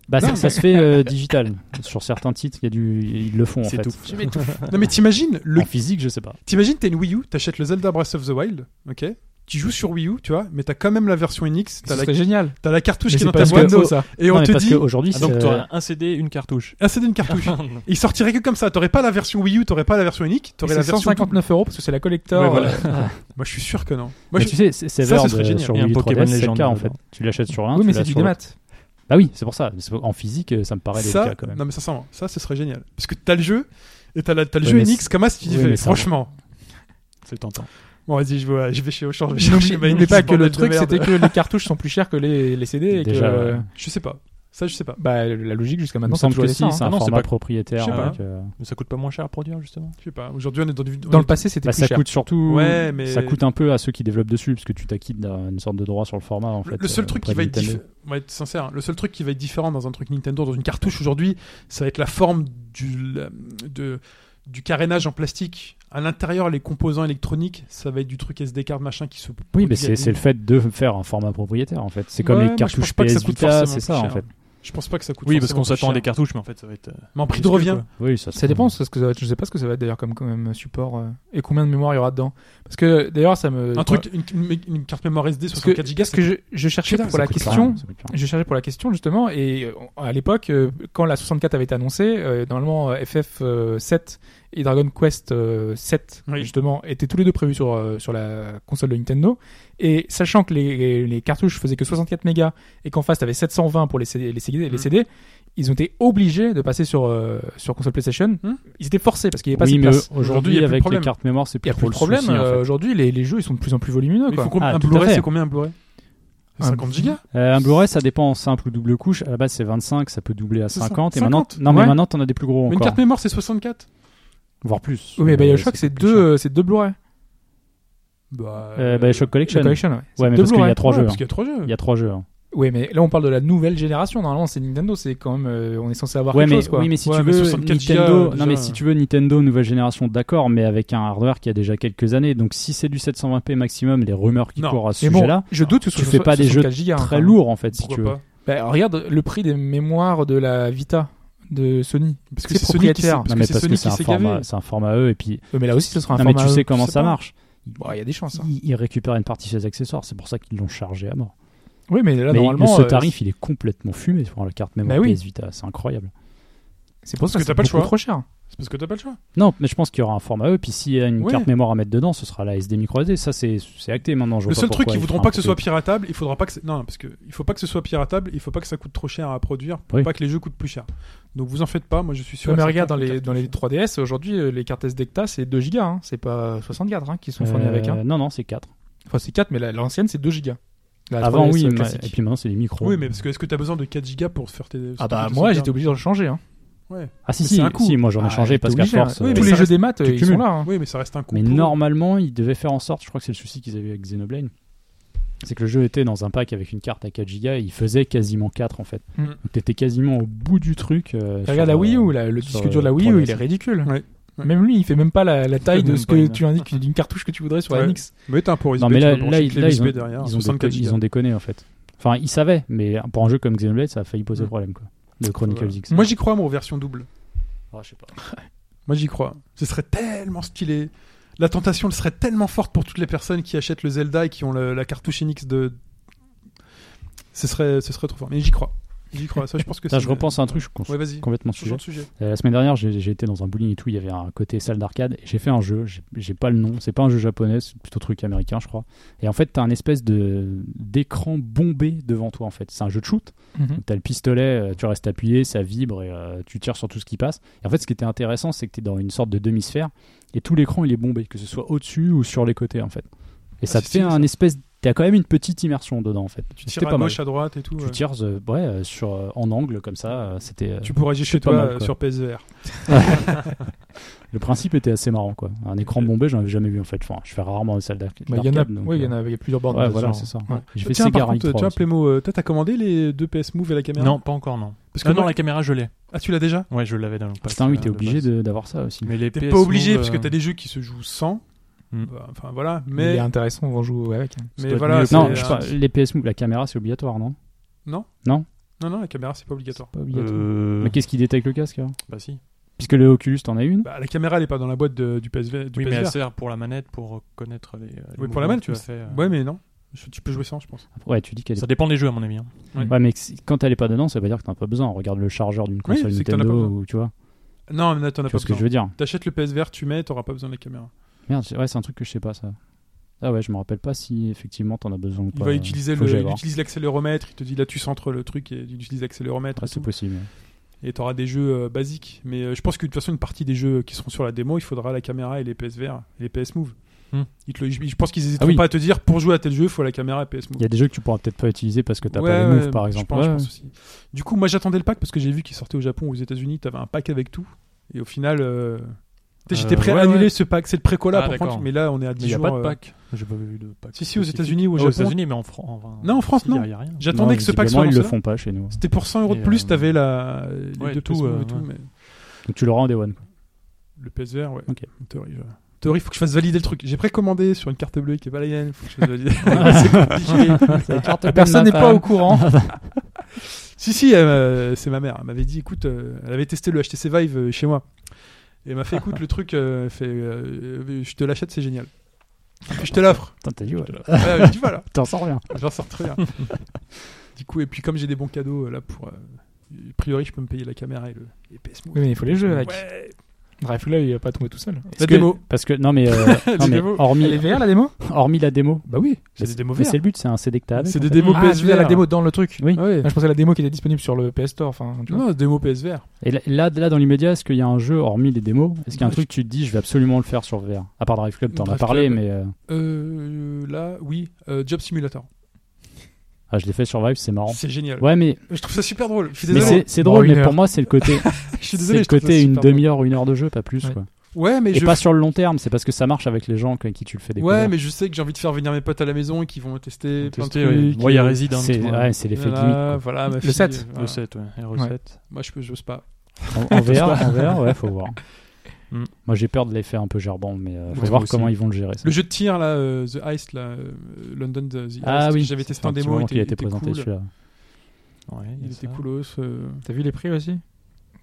C: Bah,
A: Non,
C: ça, ça se fait euh, digital. Sur certains titres, il y a du, ils le font en
D: C'est
C: fait.
D: tout.
A: Non mais t'imagines le
C: En physique, je sais pas.
A: T'imagines, t'es une Wii U, t'achètes le Zelda Breath of the Wild, ok Tu joues sur Wii U, tu vois, mais t'as quand même la version NX,
B: Ça
A: t'as la,
B: serait génial.
A: t'as la cartouche
B: Mais
A: qui est dans
B: c'est
A: ta
B: pas Nintendo,
A: boîte, oh,
C: que-
B: ça.
A: et on
C: Non, mais
A: te
C: parce
A: dit,
C: qu'aujourd'hui,
D: Ah, donc,
C: c'est,
D: tu
C: euh,
D: un CD, une cartouche.
A: ah, c'est une cartouche. Et il sortirait que comme ça, t'aurais pas la version Wii U, t'aurais pas la version unique,
B: Et
A: t'aurais la
B: C'est
A: version...
B: 159 euros parce que c'est la collector.
A: Ouais, voilà.
B: euh,
A: Moi, je suis sûr que non. Moi,
C: mais
A: je...
C: tu sais,
A: ça,
C: c'est
A: ce
C: Severed
A: serait
C: euh,
A: génial.
C: sur
D: Et un
C: Wii U
D: Pokémon
C: 3DS, c'est le
D: Legend
C: cas en fait.
D: dedans.
C: Tu l'achètes sur un.
B: oui,
C: tu
B: mais
C: l'as
B: c'est du
C: sur
B: démat.
C: l'autre. Bah oui, c'est pour ça. C'est- En physique, euh, ça me paraît
A: ça,
C: délicat quand même.
A: non mais ça sent, ça, ce serait génial. Parce que t'as le jeu, et t'as, la- t'as le
C: Ouais,
A: jeu
C: mais
A: NX, comme ça, tu dis,
C: Oui, mais ça-
A: franchement...
D: C'est tentant.
A: Bon, vas-y, je vais, je vais chez Auchan, je vais chercher
B: N'oublie-
A: ma
B: N'oublie
A: NX,
B: pas que
A: bordel
B: le
A: de
B: truc,
A: merde.
B: c'était que les cartouches sont plus chères que les, les CD. Et
C: Déjà,
B: que,
C: ouais.
B: euh,
A: Je sais pas. Ça, je sais pas.
B: bah, la logique jusqu'à
C: Il me
B: maintenant, ça a
C: semble
B: toujours
C: que
B: été
C: si,
B: ça, hein.
C: c'est un
D: Ah non, c'est
C: format
D: pas-
C: propriétaire.
A: Je sais pas.
C: avec, euh,
D: Mais ça coûte pas moins cher à produire, justement.
A: Je sais pas. Aujourd'hui, on est dans du... on
B: Dans
A: est-
B: le passé, c'était
C: Bah,
B: plus
C: ça
B: cher.
C: coûte surtout.
A: Ouais, mais...
C: Ça coûte un peu à ceux qui développent dessus, parce que tu t'acquittes d'un- d'une sorte de droit sur le format. En
A: Le-
C: fait,
A: le seul
C: euh,
A: truc
C: auprès
A: qui va
C: de
A: être
C: Nintendo.
A: diff- on va être sincère, hein, le seul truc qui va être différent dans un truc Nintendo, dans une cartouche aujourd'hui, ça va être la forme du, la- de- du carénage en plastique. À l'intérieur, les composants électroniques, ça va être du truc SD card machin qui se.
C: Oui,
A: produit
C: mais
A: à
C: c'est
A: des-
C: c'est le fait de faire un format propriétaire en fait. C'est comme
A: Ouais,
C: les
A: moi, je pense
C: cartouches
A: pas que ça
C: PS
A: coûte
C: Vita,
A: forcément
C: c'est ça
A: plus
C: en
A: cher.
C: fait.
A: Je pense pas que ça coûte.
D: Oui, parce
A: forcément
D: qu'on
A: plus
D: s'attend à des
A: cher.
D: cartouches, mais en fait, ça va être. euh,
A: Mais en prix de revient.
C: Oui, ça,
B: Ça dépend, parce que ça va être- je sais pas ce que ça va être d'ailleurs comme, comme support euh, et combien de mémoire il y aura dedans. Parce que d'ailleurs, ça me.
A: Un truc, une, une- une carte mémoire SD
B: Parce que,
A: 64 Go.
B: parce que je, je cherchais
A: Putain,
B: pour
A: ça
B: la
A: coûte
C: Ça,
B: question.
C: ça coûte cher.
B: Je cherchais pour la question justement et euh, à l'époque euh, quand la 64 avait été annoncée euh, normalement FF7 et Dragon Quest 7
A: Oui.
B: justement étaient tous les deux prévus sur euh, sur la console de Nintendo et sachant que les, les, les cartouches faisaient que 64 mégas et qu'en face t'avais 720 pour les CD, les CD,
A: Mm.
B: les CD ils ont été obligés de passer sur euh, sur console PlayStation
A: Mm.
B: ils étaient forcés parce qu'il y avait pas
C: Oui,
B: assez de
C: mais
B: place
A: Aujourd'hui, il y a
C: aujourd'hui,
A: plus de
C: avec les
A: problème.
C: cartes mémoire, c'est
B: il y
C: plus
B: a plus
C: trop
B: de
C: le
B: problème
C: souci, en
B: euh,
C: fait.
B: aujourd'hui les, les jeux ils sont de plus en plus volumineux
A: Mais
B: quoi.
A: faut combien-
C: Ah,
A: un
C: tout à
A: Blu-ray,
C: fait.
A: c'est combien un Blu-ray
C: Ah,
A: C'est
B: Un-
A: 50 gigas
C: Euh, un Blu-ray, ça dépend en simple ou double couche. À la base, c'est 25, ça peut doubler à
A: C'est ça,
C: 50. Et
A: 50,
C: maintenant, non,
B: ouais.
C: mais maintenant, t'en as des plus gros
A: Mais une
C: encore,
A: carte mémoire, c'est 64.
C: voire plus.
B: oui mais
C: Euh,
B: BioShock c'est
C: plus
B: deux
C: cher.
B: euh, c'est deux Blu-ray
A: Bah.
C: Euh, BioShock Collection.
B: La collection ouais. C'est
C: Ouais, mais
B: deux
C: parce qu'il y
B: Blu-ray.
C: a trois
A: ouais,
C: jeux.
A: Parce
C: hein.
A: qu'il y a trois jeux.
C: Il y a trois jeux. hein.
B: Oui, mais là on parle de la nouvelle génération. Normalement, c'est Nintendo, c'est quand même, euh, on est censé avoir
C: Ouais,
B: quelque
C: mais,
B: chose quoi.
C: oui, mais si
A: Ouais,
C: tu
A: mais
C: veux
A: 64
C: Nintendo,
A: Go,
C: non mais
A: déjà.
C: si tu veux Nintendo nouvelle génération, d'accord, mais avec un hardware qui a déjà quelques années. Donc si c'est du 720p maximum, les rumeurs qui
A: Non.
C: courent à ce
B: Mais bon,
C: sujet-là,
B: je doute que ce
C: tu
B: soit
C: fais pas des jeux
B: 64 gigas, hein,
C: très
B: quand même.
C: lourd en fait, si tu
A: Pourquoi
C: veux.
A: pas
B: Bah, regarde le prix des mémoires de la Vita de Sony.
A: Parce
B: C'est
A: Sony qui
B: propriétaire.
A: s'est-
C: Non,
A: Parce
C: mais
A: que c'est
C: parce que
A: Sony qui
C: c'est un
A: s'est gavé.
C: format, c'est un format E et puis.
B: Euh, mais là aussi, ce sera un
C: Non mais
B: format. E.
C: tu sais comment
A: sais
C: ça
A: pas.
C: marche.
B: Bon, il y a des chances. hein.
C: Ils ils récupèrent une partie de ses accessoires, c'est pour ça qu'ils l'ont chargé à mort.
B: Oui, mais là
C: mais
B: normalement,
C: ce
B: euh,
C: tarif, il est complètement fumé sur la carte mémoire
B: Bah oui.
C: PS Vita, c'est incroyable.
B: c'est pour
A: Parce
B: ça que
A: que
B: c'est
A: t'as pas le
B: beaucoup
A: choix.
B: trop cher.
A: C'est parce que t'as pas le choix.
C: Non, mais je pense qu'il y aura un format E, puis s'il y a une
A: Oui.
C: carte mémoire à mettre dedans, ce sera la SD micro SD. Ça, c'est c'est acté maintenant. je vois
A: Le
C: pas
A: seul truc
C: pourquoi
A: qu'ils
C: ils
A: voudront
C: feraient
A: pas
C: un
A: que ce soit
C: truc.
A: piratable, il faudra pas que c'est- non parce que il faut pas que ce soit piratable, il faut pas que ça coûte trop cher à produire, pour
C: Oui.
A: pas que les jeux coûtent plus cher. Donc vous en faites pas, moi je suis sûr.
B: Ouais,
A: et
B: mais
A: certain
B: regarde dans
A: que
B: les
A: quatre-
B: dans les 3DS aujourd'hui, euh, les cartes SD que t'as, c'est 2 gigas. hein. C'est pas 64 hein, qui sont fournis
C: Euh,
B: avec. Hein.
C: Non, non, c'est 4.
B: Enfin, c'est 4 mais la- l'ancienne c'est 2 gigas. La
C: Avant,
B: 3DS
C: oui, mais-
B: classique.
C: et puis maintenant, c'est des micros.
A: Oui, mais parce que est-ce que t'as besoin de 4 gigas pour faire tes
B: Ah bah
A: tes-
B: moi,
A: tes-
B: j'étais obligé de le changer. hein.
C: Ah, si,
A: mais
C: si,
A: c'est un coup.
C: si, moi j'en ai
B: Ah,
C: changé
B: t'es
C: parce qu'à
B: obligé, hein.
C: force.
B: Oui,
C: euh,
B: mais tous
A: ça
B: les jeux
A: reste-
B: des maths, euh,
C: tu
B: ils sont
C: cumules.
B: là. hein.
A: Oui, mais ça reste un coup.
C: [LAUGHS] Mais
A: pour-
C: normalement, ils devaient faire en sorte, je crois que c'est le souci qu'ils avaient eu avec Xenoblade. C'est que le jeu était dans un pack avec une carte à 4 Go et il faisait quasiment 4 en fait.
B: Mm.
C: Donc t'étais quasiment au bout du truc. euh, sur,
B: Regarde la Wii U,
C: euh,
B: la- le
C: sur,
B: disque dur de la
C: euh,
B: Wii U, il est
C: 3DS.
B: ridicule.
A: Ouais. Ouais.
B: Même lui, il fait même pas la, la taille de
D: Même
B: ce
D: pas
B: que
D: une-
B: tu indiques d'une cartouche que tu voudrais sur la
A: Ouais.
B: NX.
A: Mais t'as un port USB.
C: Non mais là,
A: tu peux
C: là,
A: brancher
C: ils,
A: les
C: là, ils
A: USB
C: ont,
A: derrière,
C: ils ont
A: 64
C: déconné, ils
A: gigas.
C: ont déconné, en fait. Enfin, ils savaient, mais pour un jeu comme Xenoblade, ça a failli poser
A: Mm.
C: problème quoi. Le Chronicles X.
A: Moi j'y crois, mon version double.
C: Ah, je sais pas.
A: Moi j'y crois. Ce serait tellement stylé. La tentation le serait tellement forte pour toutes les personnes qui achètent le Zelda et qui ont le- la cartouche Enix de. Ce serait, ce serait trop fort. Mais j'y crois. J'y crois. Ça, je pense que
C: Ça,
A: c'est.
C: je repense à un truc, je suis con-
A: Ouais, vas-y.
C: complètement
A: Changeons
C: sujet.
A: de sujet.
C: Euh, La semaine dernière, j'ai j'ai été dans un bowling et tout, il y avait un côté salle d'arcade, et j'ai fait un jeu, j'ai- j'ai pas le nom, c'est pas un jeu japonais, c'est plutôt truc américain, je crois. Et en fait, t'as un espèce de d'écran bombé devant toi, en fait. C'est un jeu de shoot,
B: Mhm.
C: t'as le pistolet, euh, tu restes appuyé, ça vibre et euh, tu tires sur tout ce qui passe. Et en fait, ce qui était intéressant, c'est que t'es dans une sorte de demi-sphère, et tout l'écran, il est bombé, que ce soit au-dessus ou sur les côtés, en fait. Et ça te
A: c'est stylé,
C: fait un espèce... T'as quand même une petite immersion dedans, en fait.
A: Tu
C: C'était
A: tires à
C: pas mal.
A: gauche, à droite et tout.
C: Tu
A: ouais.
C: tires euh, ouais, euh, sur, euh, en angle comme ça, euh, c'était... euh,
A: Tu pourrais jouer chez
C: pas
A: toi
C: mal,
A: euh,
C: quoi.
A: sur PSVR.
C: Le principe était assez marrant, quoi. Un écran bombé, j'en avais jamais vu, en fait. Enfin, je fais rarement une salle d'arcade.
B: Bah, Il y en a,
C: d'arcade, donc,
B: ouais, il y
C: euh,
B: en a, il y a plusieurs bornes.
C: Ouais,
B: de hein.
C: voilà,
B: genre.
C: c'est ça.
B: Ouais.
C: J'ai fait
A: Tiens, par
C: Sega Ring
A: contre, tu
C: 3
A: vois,
C: aussi.
A: Plémo, euh, toi, t'as commandé les deux PS Move et la caméra
D: Non, pas encore, non.
A: Parce que
D: Ah non,
A: moi-
D: la caméra, je l'ai.
A: Ah, tu l'as déjà
D: Ouais, je l'avais dans le pack.
C: Putain, oui,
D: euh,
C: t'es
D: de
C: obligé
D: base.
C: de- d'avoir ça aussi.
D: Mais les
A: T'es
D: PS
A: pas obligé,
D: Move,
A: parce que t'as
D: euh,
A: des jeux qui se jouent sans.
D: Hmm.
A: Bah, Enfin, voilà.
B: Mais
A: Mais,
B: il est intéressant, on va en jouer avec.
A: mais
D: doit être
A: voilà.
D: mieux.
A: c'est euh,
C: Non,
A: un-
C: je sais pas, les PS Move, la caméra, c'est obligatoire, non
A: Non, non, la caméra, c'est pas obligatoire.
C: Pas obligatoire.
A: Mm.
D: euh,
C: Mais qu'est-ce qui détecte le casque alors
D: Bah si.
C: Puisque le Oculus, t'en as une
A: Bah, la caméra, elle est pas dans la boîte de- du PSV. Du
D: Oui, mais
A: PSVR.
D: elle sert pour la manette, pour connaître les. euh, les
A: Oui, pour
D: mouvements
A: la manette,
D: que tu as
A: mais-
D: fait. euh.
A: Ouais, mais non. Je- Tu peux jouer sans, je pense.
C: Ouais, tu dis qu'elle est.
D: Ça dépend des jeux, à mon avis. hein.
C: Ouais, mais que si- quand elle est pas dedans, ça veut dire que t'en as pas besoin. Regarde le chargeur d'une
A: Oui,
C: console
A: c'est que t'en as
C: Nintendo,
A: pas besoin.
C: ou tu vois.
A: Non, mais attends, on a pas
C: Tu vois ce que
A: besoin.
C: je veux dire
A: T'achètes le PSVR, tu mets, t'auras pas besoin de la caméra.
C: Merde, c'est- ouais, c'est un truc que je sais pas, ça. Ah ouais, je me rappelle pas si effectivement t'en as besoin ou
A: Il
C: pas.
A: va utiliser
C: Bah, Faut que
A: le,
C: j'aille
A: il
C: voir.
A: utilise l'accéléromètre, il te dit là tu centres le truc et il utilise l'accéléromètre et
C: Ouais, Bah, c'est
A: tout.
C: possible.
A: Et t'auras des jeux euh, basiques. Mais euh, je pense que de toute façon, une partie des jeux qui seront sur la démo, il faudra la caméra et les PSVR, et les PS Move.
D: Hmm.
A: Ils te le- je, je pense qu'ils n'hésiteront
C: Ah oui.
A: pas à te dire pour jouer à tel jeu, il faut la caméra et PS Move.
C: Il y a des jeux que tu pourras peut-être pas utiliser parce que t'as
A: Ouais,
C: pas les
A: ouais,
C: moves, par
A: je
C: exemple.
A: pense- je
C: Ouais,
A: pense aussi. Du coup, moi j'attendais le pack parce que j'ai vu qu'il sortait au Japon ou aux États-Unis, t'avais un pack avec tout. Et au final, euh, tu sais, j'étais
D: Euh,
A: prêt à
D: ouais,
A: annuler
D: ouais.
A: ce pack. C'est le précola
D: Ah,
A: pour
D: d'accord.
A: prendre, mais là on est à
D: Mais
A: 10
D: il n'y a
A: jours.
D: pas de
A: euh,
D: pack. J'ai pas vu de pack.
A: Si, si, aux
D: spécifique.
A: États-Unis ou au
D: Ah, Aux
A: Japon.
D: États-Unis, mais en France.
A: Non, en France, non.
D: Il y a rien.
A: J'attendais
C: Non,
A: que ce pack
C: visiblement,
A: soit
C: ils le
A: lancé.
C: font pas
A: [LAUGHS]
C: chez nous.
A: C'était pour 100 euros
D: Et,
A: de
D: euh,
A: plus, t'avais la, les
D: ouais,
A: deux
D: tout,
A: PS,
D: euh,
A: et tout,
D: ouais.
A: mais
C: Donc tu l'auras en Day One. quoi.
A: le PSVR, ouais.
C: Ok.
A: En théorie, je- en théorie, faut que je fasse valider le truc. J'ai précommandé sur une carte bleue qui est pas la mienne, faut que je fasse
B: [LAUGHS]
A: valider. [LAUGHS]
C: [LAUGHS]
B: Ah.
A: c'est compliqué.
B: Personne n'est
C: hein.
B: pas au courant.
A: [LAUGHS] si, si, elle, euh, c'est ma mère. Elle m'avait dit, écoute, euh, elle avait testé le HTC Vive euh, chez moi. Et elle m'a fait,
B: [LAUGHS]
A: écoute, le truc, euh, fait, euh, je te l'achète, c'est génial. Je te
B: [LAUGHS]
A: l'offre.
C: Putain, t'as dit, ouais.
A: Ouais, tu vois là.
C: T'en sors rien.
A: J'en sors très bien. du coup, et puis comme j'ai des bons cadeaux euh, là pour. euh, a priori, je peux me payer la caméra et le et PS Move.
B: Oui, mais il faut les jeux avec.
A: Ouais.
B: Drive là, il va pas tomber tout seul.
A: La
C: Parce que-
A: démo.
C: Parce que, non,
A: [LAUGHS]
C: mais, euh, non, mais
A: démos.
B: Elle
C: hormis,
B: est VR la démo
C: hormis la démo.
A: Bah oui, c'est
C: Mais
A: des démos
C: Mais
A: verts.
C: c'est le but, c'est un CD que t'as avec. hein.
A: C'est
C: en
A: des
C: fait.
A: démos
B: Ah, tu veux dire
A: PSVR.
B: la démo dans le truc.
C: Oui.
A: Ouais.
B: Ah, je pensais à la démo qui était disponible sur le PS Store. Enfin, tu vois.
A: Non, démo PSVR.
C: Et là- là, là, dans l'immédiat, est-ce qu'il y a un jeu, hormis les démos, est-ce qu'il y a un
A: Ouais,
C: truc que tu te dis, je vais absolument le faire sur VR À part Drive Club, t'en as
A: Drive
C: parlé,
A: Club.
C: mais. euh,
A: Euh, là, oui, euh, Job Simulator.
C: Ah, je l'ai fait sur Vive, c'est marrant.
A: C'est génial.
C: Ouais, mais,
A: Je trouve ça super drôle. Je suis
C: mais
A: désolé.
C: c'est- c'est
B: Bon,
C: drôle,
B: une
C: mais
B: heure.
C: pour moi, c'est le côté,
A: Je suis [LAUGHS]
C: c'est
A: désolé.
C: le
A: je trouve ça
C: côté une
A: super drôle.
C: demi-heure, une heure de jeu, pas plus.
B: Ouais.
C: Quoi.
A: Ouais, mais
C: Et
A: je.
C: pas sur le long terme, c'est parce que ça marche avec les gens avec qui tu le fais découvrir.
A: Ouais, mais je sais que j'ai envie de faire venir mes potes à la maison et qu'ils vont tester. plein de
D: Tester,
A: trucs.
D: ouais. Moi, il y a Resident.
C: C'est
D: ouais.
C: ouais, c'est l'effet gimmick.
A: Voilà, voilà, ma
B: Le
A: fille,
B: sept.
A: voilà.
D: Le 7, ouais. Hero
B: Ouais.
D: 7.
A: Moi, je peux, j'ose pas.
C: En,
A: [LAUGHS]
C: en VR, en VR, ouais, faut voir.
D: Mm.
C: Moi, j'ai peur de l'effet un peu gerbant, mais euh, faut
D: Ouais,
C: voir
D: moi aussi.
C: comment ils vont le gérer. ça.
A: Le jeu de tir là, euh, The Heist là, euh, London The Heist.
C: ah
A: que
C: oui,
A: J'avais
C: ça
A: testé
C: fait
A: en
C: un petit
A: démo.
C: moment
A: Il
C: qu'il
A: était,
C: a été présenté
A: cool.
C: celui-là.
D: Ouais,
A: Il
D: ça.
A: était coolos. euh,
B: T'as vu les prix aussi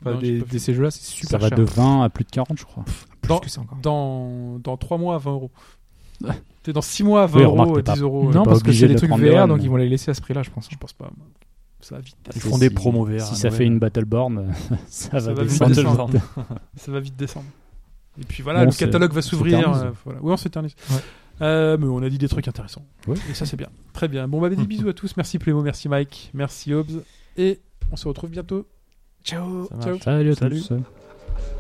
B: Enfin,
A: Non, j'ai
B: des,
A: pas vu.
B: des- ces jeux-là, c'est super
C: Ça va
B: cher.
C: de 20 à plus de 40, je crois.
B: Plus
A: Dans-
B: que ça encore.
A: Dans dans 3 mois à 20
C: [LAUGHS]
A: euros.
C: Ouais.
A: T'es dans 6 mois à 20
C: Oui, remarque,
A: euros,
C: t'es pas-
A: 10 euros. euh,
B: non,
C: pas
B: parce que
C: obligé
B: c'est
C: de
B: des trucs
C: prendre
B: VR,
C: le
B: donc
C: one.
B: ils vont les laisser à ce prix-là, je pense.
A: Je pense pas. Ça va vite.
D: Ils font des
C: Si-
D: promos hein, VR.
C: Si
D: à
C: ça
D: Noël.
C: fait une battle born, [LAUGHS]
A: Ça
C: ça va
A: va vite
C: descendre.
A: descendre. ça va vite descendre. Et puis voilà,
C: Bon,
A: le
C: c'est-
A: catalogue va
C: on
A: s'ouvrir.
C: s'éternise.
A: euh, voilà. Oui, on s'éternise.
B: Ouais.
A: Euh, mais on a dit des trucs intéressants.
C: Ouais. Mm.
A: Et ça, c'est bien. Très bien. Bon, bah, des bisous à tous. Merci Plémo, merci Mike, merci Hobbs. Et on se retrouve bientôt. Ciao.
D: Ça marche.
A: Ciao.
C: Salut à
D: Salut.
C: tous.